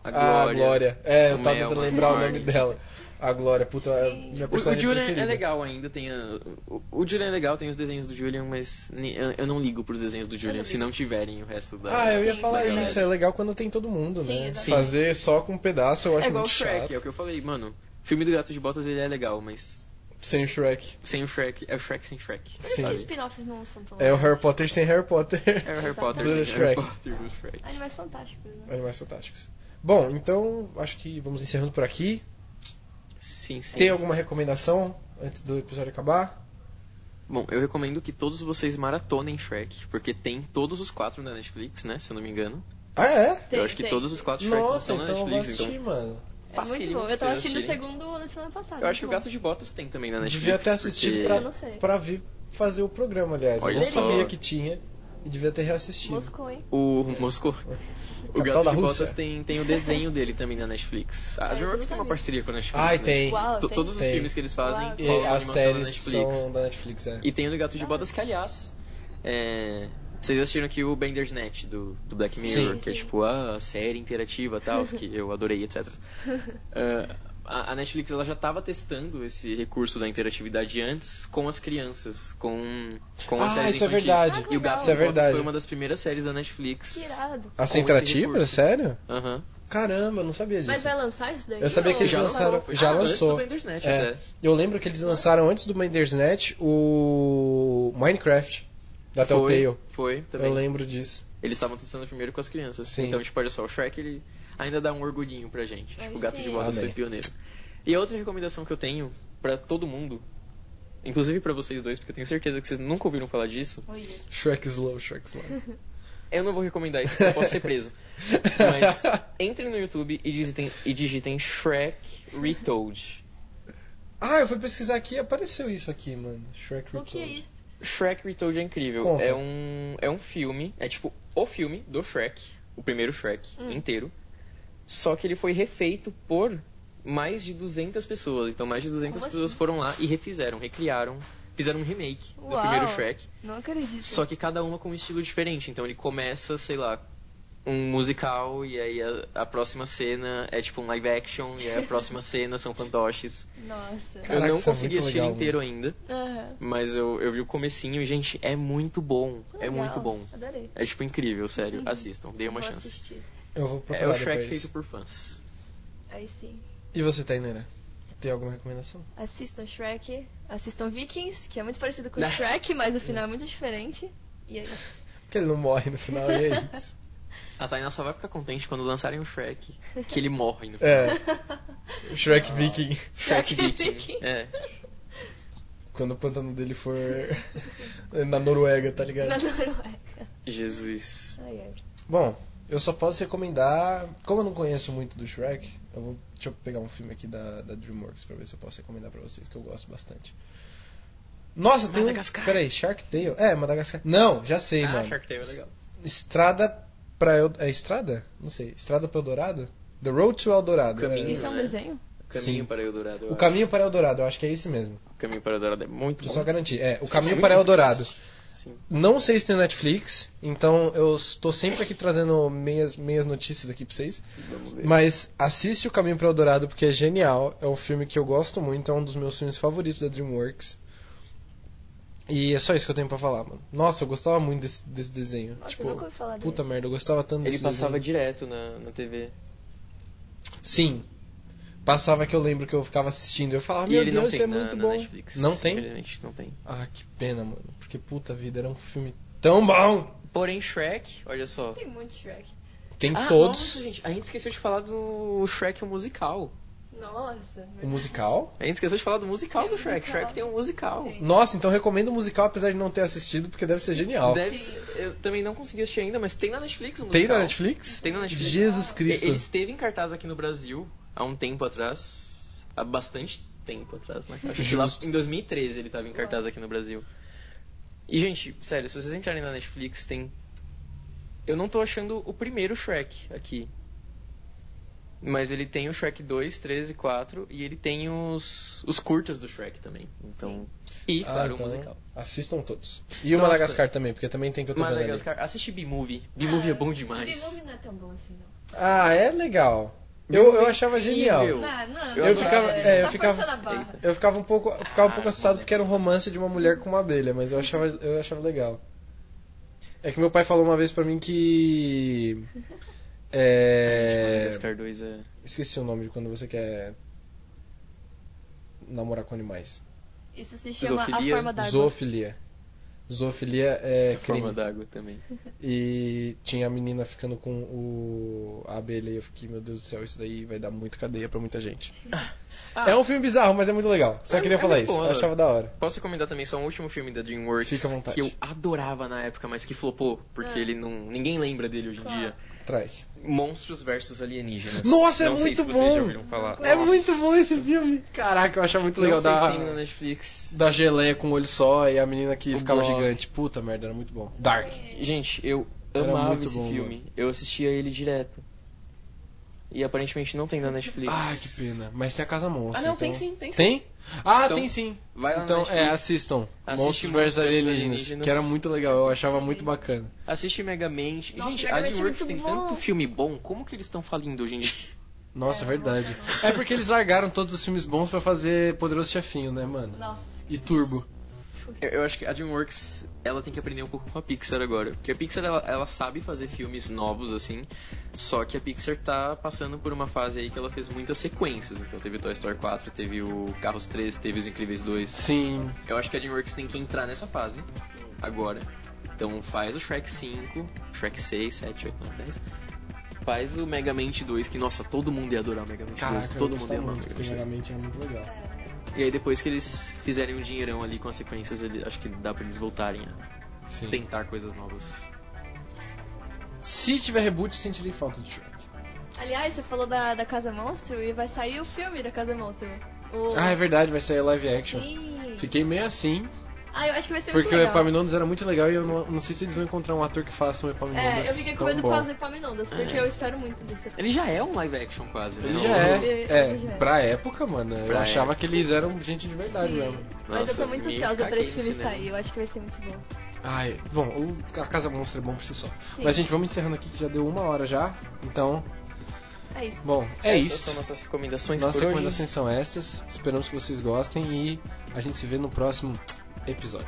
[SPEAKER 1] A
[SPEAKER 2] Ah,
[SPEAKER 1] Glória.
[SPEAKER 2] Glória. É, eu
[SPEAKER 1] O
[SPEAKER 2] tava
[SPEAKER 1] Mel,
[SPEAKER 2] tentando
[SPEAKER 1] a
[SPEAKER 2] lembrar o
[SPEAKER 1] Marnie.
[SPEAKER 2] nome dela. A Glória, puta, é a minha
[SPEAKER 1] O, o
[SPEAKER 2] personagem
[SPEAKER 1] Julian
[SPEAKER 2] preferida.
[SPEAKER 1] é legal ainda, tem a- o, o Julian é legal, tem os desenhos do Julian, mas ni- eu, eu não ligo pros desenhos do Julian,
[SPEAKER 3] não
[SPEAKER 1] se
[SPEAKER 3] ligo.
[SPEAKER 1] não tiverem o resto da...
[SPEAKER 2] Ah, eu ia
[SPEAKER 3] Sim,
[SPEAKER 2] falar
[SPEAKER 1] legal.
[SPEAKER 2] isso. É legal quando tem todo mundo,
[SPEAKER 3] Sim,
[SPEAKER 2] né?
[SPEAKER 3] exatamente.
[SPEAKER 2] Fazer só com um pedaço eu acho
[SPEAKER 1] é igual o
[SPEAKER 2] muito
[SPEAKER 1] Shrek,
[SPEAKER 2] chato.
[SPEAKER 1] é o que eu falei, mano. Filme do Gato de Botas ele é legal, mas
[SPEAKER 2] sem o Shrek.
[SPEAKER 1] Sem o Shrek. É o Shrek sem Shrek.
[SPEAKER 4] Por isso que os
[SPEAKER 2] Sim.
[SPEAKER 4] spin-offs não são tão
[SPEAKER 2] É o Harry Potter sem Harry Potter.
[SPEAKER 1] É o Harry Potter
[SPEAKER 2] Do
[SPEAKER 1] sem Harry
[SPEAKER 2] Shrek.
[SPEAKER 1] Potter do Shrek.
[SPEAKER 4] Animais fantásticos, né?
[SPEAKER 2] Animais Fantásticos. Bom, então acho que vamos encerrando por aqui.
[SPEAKER 1] Sim, sim.
[SPEAKER 2] Tem alguma recomendação antes do episódio acabar?
[SPEAKER 1] Bom, eu recomendo que todos vocês maratonem Shrek, porque tem todos os quatro na Netflix, né? Se eu não me engano.
[SPEAKER 2] Ah, é?
[SPEAKER 4] Tem,
[SPEAKER 1] eu acho que
[SPEAKER 4] tem.
[SPEAKER 1] todos os quatro Shreks
[SPEAKER 2] Nossa,
[SPEAKER 1] estão tá na
[SPEAKER 2] então eu vou
[SPEAKER 1] Netflix,
[SPEAKER 2] assistir,
[SPEAKER 1] então.
[SPEAKER 2] mano.
[SPEAKER 4] É muito
[SPEAKER 1] facílimo
[SPEAKER 4] bom.
[SPEAKER 1] pra
[SPEAKER 4] Eu tava
[SPEAKER 1] vocês
[SPEAKER 4] assistindo o
[SPEAKER 1] assistirem.
[SPEAKER 4] segundo na semana passada.
[SPEAKER 1] Eu acho que o
[SPEAKER 4] muito
[SPEAKER 1] Gato de Botas tem também na Netflix.
[SPEAKER 2] Devia ter assistido
[SPEAKER 1] porque-
[SPEAKER 4] Isso eu não
[SPEAKER 2] pra,
[SPEAKER 4] sei.
[SPEAKER 2] pra vir fazer o programa, aliás.
[SPEAKER 1] Olha
[SPEAKER 2] eu não
[SPEAKER 1] só.
[SPEAKER 2] sabia que tinha e devia ter
[SPEAKER 4] bom.
[SPEAKER 2] reassistido.
[SPEAKER 4] Moscou, é hein?
[SPEAKER 1] O Moscou. O Gato
[SPEAKER 2] Capital da
[SPEAKER 1] de
[SPEAKER 2] Rússia.
[SPEAKER 1] Botas tem, tem o desenho dele também na Netflix.
[SPEAKER 4] É, isso eu
[SPEAKER 1] A
[SPEAKER 4] não
[SPEAKER 1] DreamWorks tem uma
[SPEAKER 4] sabia.
[SPEAKER 1] parceria com a Netflix.
[SPEAKER 2] Ai,
[SPEAKER 1] né?
[SPEAKER 2] tem.
[SPEAKER 4] Uau,
[SPEAKER 1] To-
[SPEAKER 4] tem.
[SPEAKER 1] Todos os
[SPEAKER 2] Tem.
[SPEAKER 1] filmes que eles fazem
[SPEAKER 4] Claro.
[SPEAKER 2] E
[SPEAKER 1] rolam
[SPEAKER 2] as
[SPEAKER 1] é animação na
[SPEAKER 2] séries
[SPEAKER 1] Netflix.
[SPEAKER 2] são da Netflix, é.
[SPEAKER 1] E tem o do Gato de Botas, que aliás. É... Vocês assistiram aqui o Bandersnatch do, do Black Mirror,
[SPEAKER 2] Sim.
[SPEAKER 1] que é
[SPEAKER 4] Sim.
[SPEAKER 1] tipo a série interativa tal, os que eu adorei, etc. Ah, a, a Netflix ela já estava testando esse recurso da interatividade antes com as crianças, com, com as
[SPEAKER 2] Ah,
[SPEAKER 1] séries
[SPEAKER 2] isso é
[SPEAKER 1] infantis.
[SPEAKER 2] verdade.
[SPEAKER 1] E o Gato
[SPEAKER 4] Isso
[SPEAKER 1] de
[SPEAKER 4] é
[SPEAKER 1] Botas
[SPEAKER 2] verdade.
[SPEAKER 1] foi uma das primeiras séries da Netflix.
[SPEAKER 4] Que irado.
[SPEAKER 2] As
[SPEAKER 1] com esse
[SPEAKER 2] tentativas,
[SPEAKER 1] recurso.
[SPEAKER 2] Ah, sério?
[SPEAKER 1] Aham.
[SPEAKER 2] Caramba, eu não sabia disso.
[SPEAKER 4] Mas é vai lançar isso daí?
[SPEAKER 2] Eu sabia É que
[SPEAKER 4] Ou-
[SPEAKER 2] eles
[SPEAKER 1] Já
[SPEAKER 2] lançaram.
[SPEAKER 1] lançou.
[SPEAKER 2] Já
[SPEAKER 1] Ah, antes
[SPEAKER 2] lançou.
[SPEAKER 1] do Bandersnatch,
[SPEAKER 2] É.
[SPEAKER 1] até.
[SPEAKER 2] Eu lembro que eles lançaram antes do Bandersnatch o Minecraft da Telltale.
[SPEAKER 1] Foi, foi também.
[SPEAKER 2] Eu lembro disso.
[SPEAKER 1] Eles estavam testando primeiro com as crianças.
[SPEAKER 2] Sim.
[SPEAKER 1] Então, tipo, olha só, o Shrek ele ainda dá um orgulhinho pra gente.
[SPEAKER 4] Aí
[SPEAKER 1] Tipo, o gato de
[SPEAKER 4] sim.
[SPEAKER 1] botas
[SPEAKER 2] Amém.
[SPEAKER 1] foi pioneiro. E a outra recomendação que eu tenho pra todo mundo, inclusive pra vocês dois, porque eu tenho certeza que vocês nunca ouviram falar disso,
[SPEAKER 4] Olha.
[SPEAKER 2] Shrek is love, Shrek is love.
[SPEAKER 1] eu não vou recomendar isso porque eu posso ser preso. Mas entrem no YouTube e digitem, e digitem Shrek Retold.
[SPEAKER 2] ah, eu fui pesquisar aqui e apareceu isso aqui, mano. Shrek
[SPEAKER 4] O que é
[SPEAKER 2] Retold.
[SPEAKER 4] isso?
[SPEAKER 1] Shrek Retold é incrível.
[SPEAKER 2] Conta.
[SPEAKER 1] É um é um filme, é tipo o filme do Shrek, o primeiro Shrek
[SPEAKER 4] Hum.
[SPEAKER 1] inteiro. Só que ele foi refeito por mais de 200 pessoas. Então mais de 200
[SPEAKER 4] Como
[SPEAKER 1] pessoas
[SPEAKER 4] assim?
[SPEAKER 1] foram lá e refizeram, recriaram, fizeram um remake do
[SPEAKER 4] Uau.
[SPEAKER 1] primeiro Shrek.
[SPEAKER 4] Não acredito.
[SPEAKER 1] Só que cada uma com um estilo diferente. Então ele começa, sei lá, um musical e aí a, a próxima cena é tipo um live action e aí a próxima cena são fantoches.
[SPEAKER 4] Nossa.
[SPEAKER 2] Caraca,
[SPEAKER 1] eu não
[SPEAKER 2] isso é
[SPEAKER 1] consegui
[SPEAKER 2] muito
[SPEAKER 1] assistir
[SPEAKER 2] legal,
[SPEAKER 1] ele inteiro ainda.
[SPEAKER 4] Aham.
[SPEAKER 1] Mas eu, eu vi o comecinho e, gente, é muito bom. É
[SPEAKER 4] Legal.
[SPEAKER 1] muito bom.
[SPEAKER 4] Adorei.
[SPEAKER 1] É tipo incrível, sério.
[SPEAKER 4] Uhum.
[SPEAKER 1] Assistam, dê uma
[SPEAKER 4] Vou
[SPEAKER 1] chance.
[SPEAKER 4] assistir.
[SPEAKER 2] Eu vou procurar
[SPEAKER 1] É o
[SPEAKER 2] depois.
[SPEAKER 1] Shrek feito por fãs.
[SPEAKER 4] Aí sim.
[SPEAKER 2] E você, Tainara? Tem alguma recomendação?
[SPEAKER 4] Assistam Shrek. Assistam Vikings, que é muito parecido com o Shrek, mas o final é muito diferente. E aí,
[SPEAKER 2] Porque ele não morre no final, é e aí?
[SPEAKER 1] A Tainá só vai ficar contente quando lançarem o Shrek, que ele morre no
[SPEAKER 2] É. Shrek Viking.
[SPEAKER 1] Shrek
[SPEAKER 4] Viking.
[SPEAKER 1] Viking. É.
[SPEAKER 2] Quando o pântano dele for na Noruega, tá ligado?
[SPEAKER 4] na Noruega.
[SPEAKER 1] Jesus.
[SPEAKER 4] Ai, ai.
[SPEAKER 2] Bom, eu só posso recomendar. Como eu não conheço muito do Shrek, eu vou. Deixa eu pegar um filme aqui da, da Dreamworks pra ver se eu posso recomendar pra vocês, que eu gosto bastante. Nossa, tem
[SPEAKER 1] Madagascar.
[SPEAKER 2] um. Peraí, Shark Tale? É, Madagascar. Não, já sei,
[SPEAKER 1] ah,
[SPEAKER 2] mano.
[SPEAKER 1] Shark Tale é legal.
[SPEAKER 2] Estrada pra. El... É Estrada? Não sei. Estrada pra Eldorado? The Road to Eldorado.
[SPEAKER 1] Caminho.
[SPEAKER 4] Isso é um
[SPEAKER 1] né?
[SPEAKER 4] desenho?
[SPEAKER 1] Caminho
[SPEAKER 2] Sim.
[SPEAKER 1] para Eldorado. eu
[SPEAKER 2] É, o
[SPEAKER 1] acho.
[SPEAKER 2] Caminho para Eldorado, eu acho que é esse mesmo.
[SPEAKER 1] O Caminho para Eldorado é muito
[SPEAKER 2] Deixa eu
[SPEAKER 1] bom.
[SPEAKER 2] só garantir. É, O
[SPEAKER 1] Isso é
[SPEAKER 2] Caminho
[SPEAKER 1] muito
[SPEAKER 2] para
[SPEAKER 1] bom.
[SPEAKER 2] Eldorado.
[SPEAKER 1] Sim.
[SPEAKER 2] Não sei se tem Netflix, então eu estou sempre aqui trazendo meias, meias notícias aqui pra vocês.
[SPEAKER 1] Vamos ver.
[SPEAKER 2] Mas assiste O Caminho para Eldorado porque é genial. É um filme que eu gosto muito, é um dos meus filmes favoritos da DreamWorks. E é só isso que eu tenho pra falar, mano. Nossa, eu gostava muito desse, desse desenho.
[SPEAKER 4] Nossa,
[SPEAKER 2] tipo,
[SPEAKER 4] eu nunca ouvi falar dele.
[SPEAKER 2] puta merda, eu gostava tanto
[SPEAKER 1] Ele
[SPEAKER 2] desse
[SPEAKER 1] passava
[SPEAKER 2] desenho.
[SPEAKER 1] direto na, na TV.
[SPEAKER 2] Sim. Passava que eu lembro que eu ficava assistindo. Eu falava,
[SPEAKER 1] e
[SPEAKER 2] meu
[SPEAKER 1] ele
[SPEAKER 2] Deus,
[SPEAKER 1] não
[SPEAKER 2] isso
[SPEAKER 1] tem
[SPEAKER 2] é
[SPEAKER 1] na,
[SPEAKER 2] muito
[SPEAKER 1] na
[SPEAKER 2] bom.
[SPEAKER 1] Netflix.
[SPEAKER 2] Não tem?
[SPEAKER 1] Infelizmente, não tem.
[SPEAKER 2] Ah, que pena, mano. Porque puta vida, era um filme tão bom.
[SPEAKER 1] Porém, Shrek, olha só.
[SPEAKER 4] Tem muito Shrek.
[SPEAKER 2] Tem
[SPEAKER 1] ah,
[SPEAKER 2] todos.
[SPEAKER 1] Nossa, gente, a gente esqueceu de falar do Shrek o musical.
[SPEAKER 4] Nossa.
[SPEAKER 2] o musical.
[SPEAKER 1] A gente esqueceu de falar do musical
[SPEAKER 4] Tem
[SPEAKER 1] do Shrek.
[SPEAKER 4] musical.
[SPEAKER 1] Shrek tem um musical.
[SPEAKER 4] Tem.
[SPEAKER 2] Nossa, então recomendo o musical apesar de não ter assistido porque deve ser genial.
[SPEAKER 1] Deve ser- eu também não consegui assistir ainda, mas tem na Netflix o musical.
[SPEAKER 2] Tem na Netflix?
[SPEAKER 1] Tem na Netflix.
[SPEAKER 2] Jesus
[SPEAKER 1] E-
[SPEAKER 2] Cristo.
[SPEAKER 1] Ele esteve em cartaz aqui no Brasil há um tempo atrás. Há bastante tempo atrás, né? Acho que lá
[SPEAKER 2] Justo.
[SPEAKER 1] em 2013 ele estava em cartaz aqui no Brasil. E, gente, sério, se vocês entrarem na Netflix, tem. Eu não tô achando o primeiro Shrek aqui. Mas ele tem o Shrek 2, 3 e 4. E ele tem os, os curtas do Shrek também. Então. E,
[SPEAKER 2] Ah,
[SPEAKER 1] claro,
[SPEAKER 2] então,
[SPEAKER 1] o musical.
[SPEAKER 2] Assistam todos. E o
[SPEAKER 1] Nossa.
[SPEAKER 2] Madagascar também, porque também tem que eu tô vendo ali.
[SPEAKER 1] Madagascar, assiste B-Movie. B-Movie é bom demais.
[SPEAKER 3] Ah,
[SPEAKER 4] Big não é tão bom assim, não.
[SPEAKER 2] Ah, é legal. Eu,
[SPEAKER 1] Bimbo
[SPEAKER 2] eu
[SPEAKER 1] é
[SPEAKER 2] achava
[SPEAKER 1] incrível.
[SPEAKER 2] genial.
[SPEAKER 4] Não, não.
[SPEAKER 1] Eu
[SPEAKER 4] não,
[SPEAKER 1] ficava-
[SPEAKER 4] não,
[SPEAKER 2] é, eu
[SPEAKER 4] tá
[SPEAKER 2] ficava-
[SPEAKER 4] forçando a barra.
[SPEAKER 2] Eu ficava um pouco, eu ficava um pouco
[SPEAKER 1] Ah,
[SPEAKER 2] assustado
[SPEAKER 1] mano.
[SPEAKER 2] porque era um romance de uma mulher com uma abelha, mas eu achava, eu achava legal. É que meu pai falou uma vez pra mim que é,
[SPEAKER 1] Madagascar 2 é.
[SPEAKER 2] esqueci o nome de quando você quer namorar com animais.
[SPEAKER 4] Isso se chama
[SPEAKER 1] Zoofilia,
[SPEAKER 4] A Forma da Água.
[SPEAKER 2] Zoofilia. Zoofilia é
[SPEAKER 1] É
[SPEAKER 2] crime.
[SPEAKER 1] forma d'água também.
[SPEAKER 2] E tinha a menina ficando com o a abelha e eu fiquei, meu Deus do céu, isso daí vai dar muita cadeia pra muita gente.
[SPEAKER 1] Ah.
[SPEAKER 2] É um filme bizarro, mas é muito legal. Só
[SPEAKER 1] É-
[SPEAKER 2] queria
[SPEAKER 1] é
[SPEAKER 2] falar
[SPEAKER 1] muito
[SPEAKER 2] isso,
[SPEAKER 1] bom,
[SPEAKER 2] eu
[SPEAKER 1] né?
[SPEAKER 2] achava da hora.
[SPEAKER 1] Posso recomendar também só um último filme da DreamWorks
[SPEAKER 2] Fica à vontade.
[SPEAKER 1] que eu adorava na época, mas que flopou, porque
[SPEAKER 4] Ah.
[SPEAKER 1] ele não. ninguém lembra dele hoje em
[SPEAKER 4] Qual?
[SPEAKER 1] dia.
[SPEAKER 2] Traz.
[SPEAKER 1] Monstros versus alienígenas.
[SPEAKER 2] Nossa, é
[SPEAKER 1] não sei se
[SPEAKER 2] muito
[SPEAKER 1] vocês já
[SPEAKER 2] bom!
[SPEAKER 1] ouviram falar.
[SPEAKER 2] É
[SPEAKER 1] Nossa.
[SPEAKER 2] muito bom esse filme. Caraca, eu achava muito legal
[SPEAKER 1] não sei se
[SPEAKER 2] da,
[SPEAKER 1] tem né? no Netflix.
[SPEAKER 2] da geleia com o olho só e a menina que
[SPEAKER 1] O
[SPEAKER 2] ficava
[SPEAKER 1] Blob.
[SPEAKER 2] gigante. Puta merda, era muito bom. Dark.
[SPEAKER 1] É. Gente, eu
[SPEAKER 2] Era
[SPEAKER 1] amava
[SPEAKER 2] muito
[SPEAKER 1] esse
[SPEAKER 2] bom,
[SPEAKER 1] filme. Eu assistia ele direto. E aparentemente não tem na Netflix.
[SPEAKER 2] Ai, que pena. Mas tem a Casa Monstro.
[SPEAKER 1] Ah, não,
[SPEAKER 2] então-
[SPEAKER 1] tem sim, tem sim.
[SPEAKER 2] Tem? Ah,
[SPEAKER 1] Então,
[SPEAKER 2] tem sim.
[SPEAKER 1] Vai lá
[SPEAKER 2] Então,
[SPEAKER 1] na
[SPEAKER 2] é,
[SPEAKER 1] Netflix.
[SPEAKER 2] assistam.
[SPEAKER 1] Assiste
[SPEAKER 2] Monstros
[SPEAKER 1] Monstros
[SPEAKER 2] vs Alienígenas,
[SPEAKER 1] Alienígenas.
[SPEAKER 2] que era muito legal, eu achava
[SPEAKER 4] Sim.
[SPEAKER 2] muito bacana.
[SPEAKER 1] Assiste Megamente.
[SPEAKER 4] Nossa,
[SPEAKER 1] Gente, a
[SPEAKER 4] Megamente é
[SPEAKER 1] DreamWorks
[SPEAKER 4] muito
[SPEAKER 1] tem
[SPEAKER 4] bom.
[SPEAKER 1] tanto filme bom. Como que eles estão falindo hoje em dia?
[SPEAKER 4] É,
[SPEAKER 2] Nossa, é verdade.
[SPEAKER 4] não vou
[SPEAKER 2] É porque eles largaram todos os filmes bons pra fazer Poderoso Chefinho, né, mano?
[SPEAKER 4] Nossa.
[SPEAKER 2] E Turbo.
[SPEAKER 1] Eu, eu acho que a DreamWorks, ela tem que aprender um pouco com a Pixar agora. Porque a Pixar, ela, ela sabe fazer filmes novos, assim. Só que a Pixar tá passando por uma fase aí que ela fez muitas sequências. Então teve Toy Story 4, teve o Carros 3, teve Os Incríveis 2.
[SPEAKER 2] Sim.
[SPEAKER 1] Eu acho que a DreamWorks tem que entrar nessa fase agora. Então faz o Shrek 5, Shrek 6, 7, 8, 9, 10. Faz o Mega Man 2, que nossa, todo mundo ia adorar o Mega Man 2.
[SPEAKER 2] Caraca, eu
[SPEAKER 1] todo mundo ia
[SPEAKER 2] gostava
[SPEAKER 1] amar o Mega Man
[SPEAKER 2] muito, porque
[SPEAKER 1] 2.
[SPEAKER 2] geralmente era muito legal.
[SPEAKER 1] E aí depois que eles fizerem um dinheirão ali com as sequências, ele- acho que dá pra eles voltarem a
[SPEAKER 2] Sim.
[SPEAKER 1] tentar coisas novas.
[SPEAKER 2] Se tiver reboot, sentirei falta de Shrek.
[SPEAKER 4] Aliás, você falou da, da Casa Monstro e vai sair o filme da Casa Monstro. O...
[SPEAKER 2] Ah, é verdade, vai sair live action.
[SPEAKER 4] Sim.
[SPEAKER 2] Fiquei meio assim,
[SPEAKER 4] Ah, eu acho que vai ser
[SPEAKER 2] porque é
[SPEAKER 4] muito
[SPEAKER 2] o
[SPEAKER 4] legal.
[SPEAKER 2] Epaminondas era muito legal e eu não, não sei se eles vão encontrar um ator que faça um Epaminondas
[SPEAKER 4] É, eu fiquei com
[SPEAKER 2] tão
[SPEAKER 4] medo
[SPEAKER 2] bom. É.
[SPEAKER 4] por causa do Epaminondas, porque eu espero muito disso.
[SPEAKER 1] Ele já é um live action quase, né?
[SPEAKER 2] Ele
[SPEAKER 1] Não,
[SPEAKER 2] já
[SPEAKER 1] não-
[SPEAKER 2] é,
[SPEAKER 4] ele- ele já
[SPEAKER 2] é,
[SPEAKER 4] é.
[SPEAKER 2] pra época, mano, eu
[SPEAKER 1] Pra
[SPEAKER 2] achava que eles eram gente de verdade
[SPEAKER 4] Sim.
[SPEAKER 2] mesmo.
[SPEAKER 4] Mas eu
[SPEAKER 1] Nossa,
[SPEAKER 4] tô muito
[SPEAKER 1] me
[SPEAKER 4] ansiosa pra
[SPEAKER 1] caguei
[SPEAKER 4] esse
[SPEAKER 1] no
[SPEAKER 4] filme
[SPEAKER 1] cinema.
[SPEAKER 4] sair, eu acho que vai ser muito bom.
[SPEAKER 2] Ai, bom, o- a Casa Monstro é bom por si só. Mas, gente, vamos encerrando aqui que já deu uma hora já. Então,
[SPEAKER 4] É isso.
[SPEAKER 2] bom, é
[SPEAKER 1] Essas
[SPEAKER 2] isso.
[SPEAKER 1] são nossas recomendações
[SPEAKER 2] Nossas
[SPEAKER 1] por
[SPEAKER 2] recomendações são estas. Esperamos que vocês gostem e a gente se vê no próximo episódio.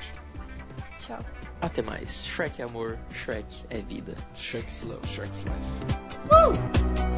[SPEAKER 4] Tchau.
[SPEAKER 1] hoje. Até mais. Shrek é amor, Shrek é vida.
[SPEAKER 2] Shrek Slow, Shrek's Life.
[SPEAKER 4] Uh!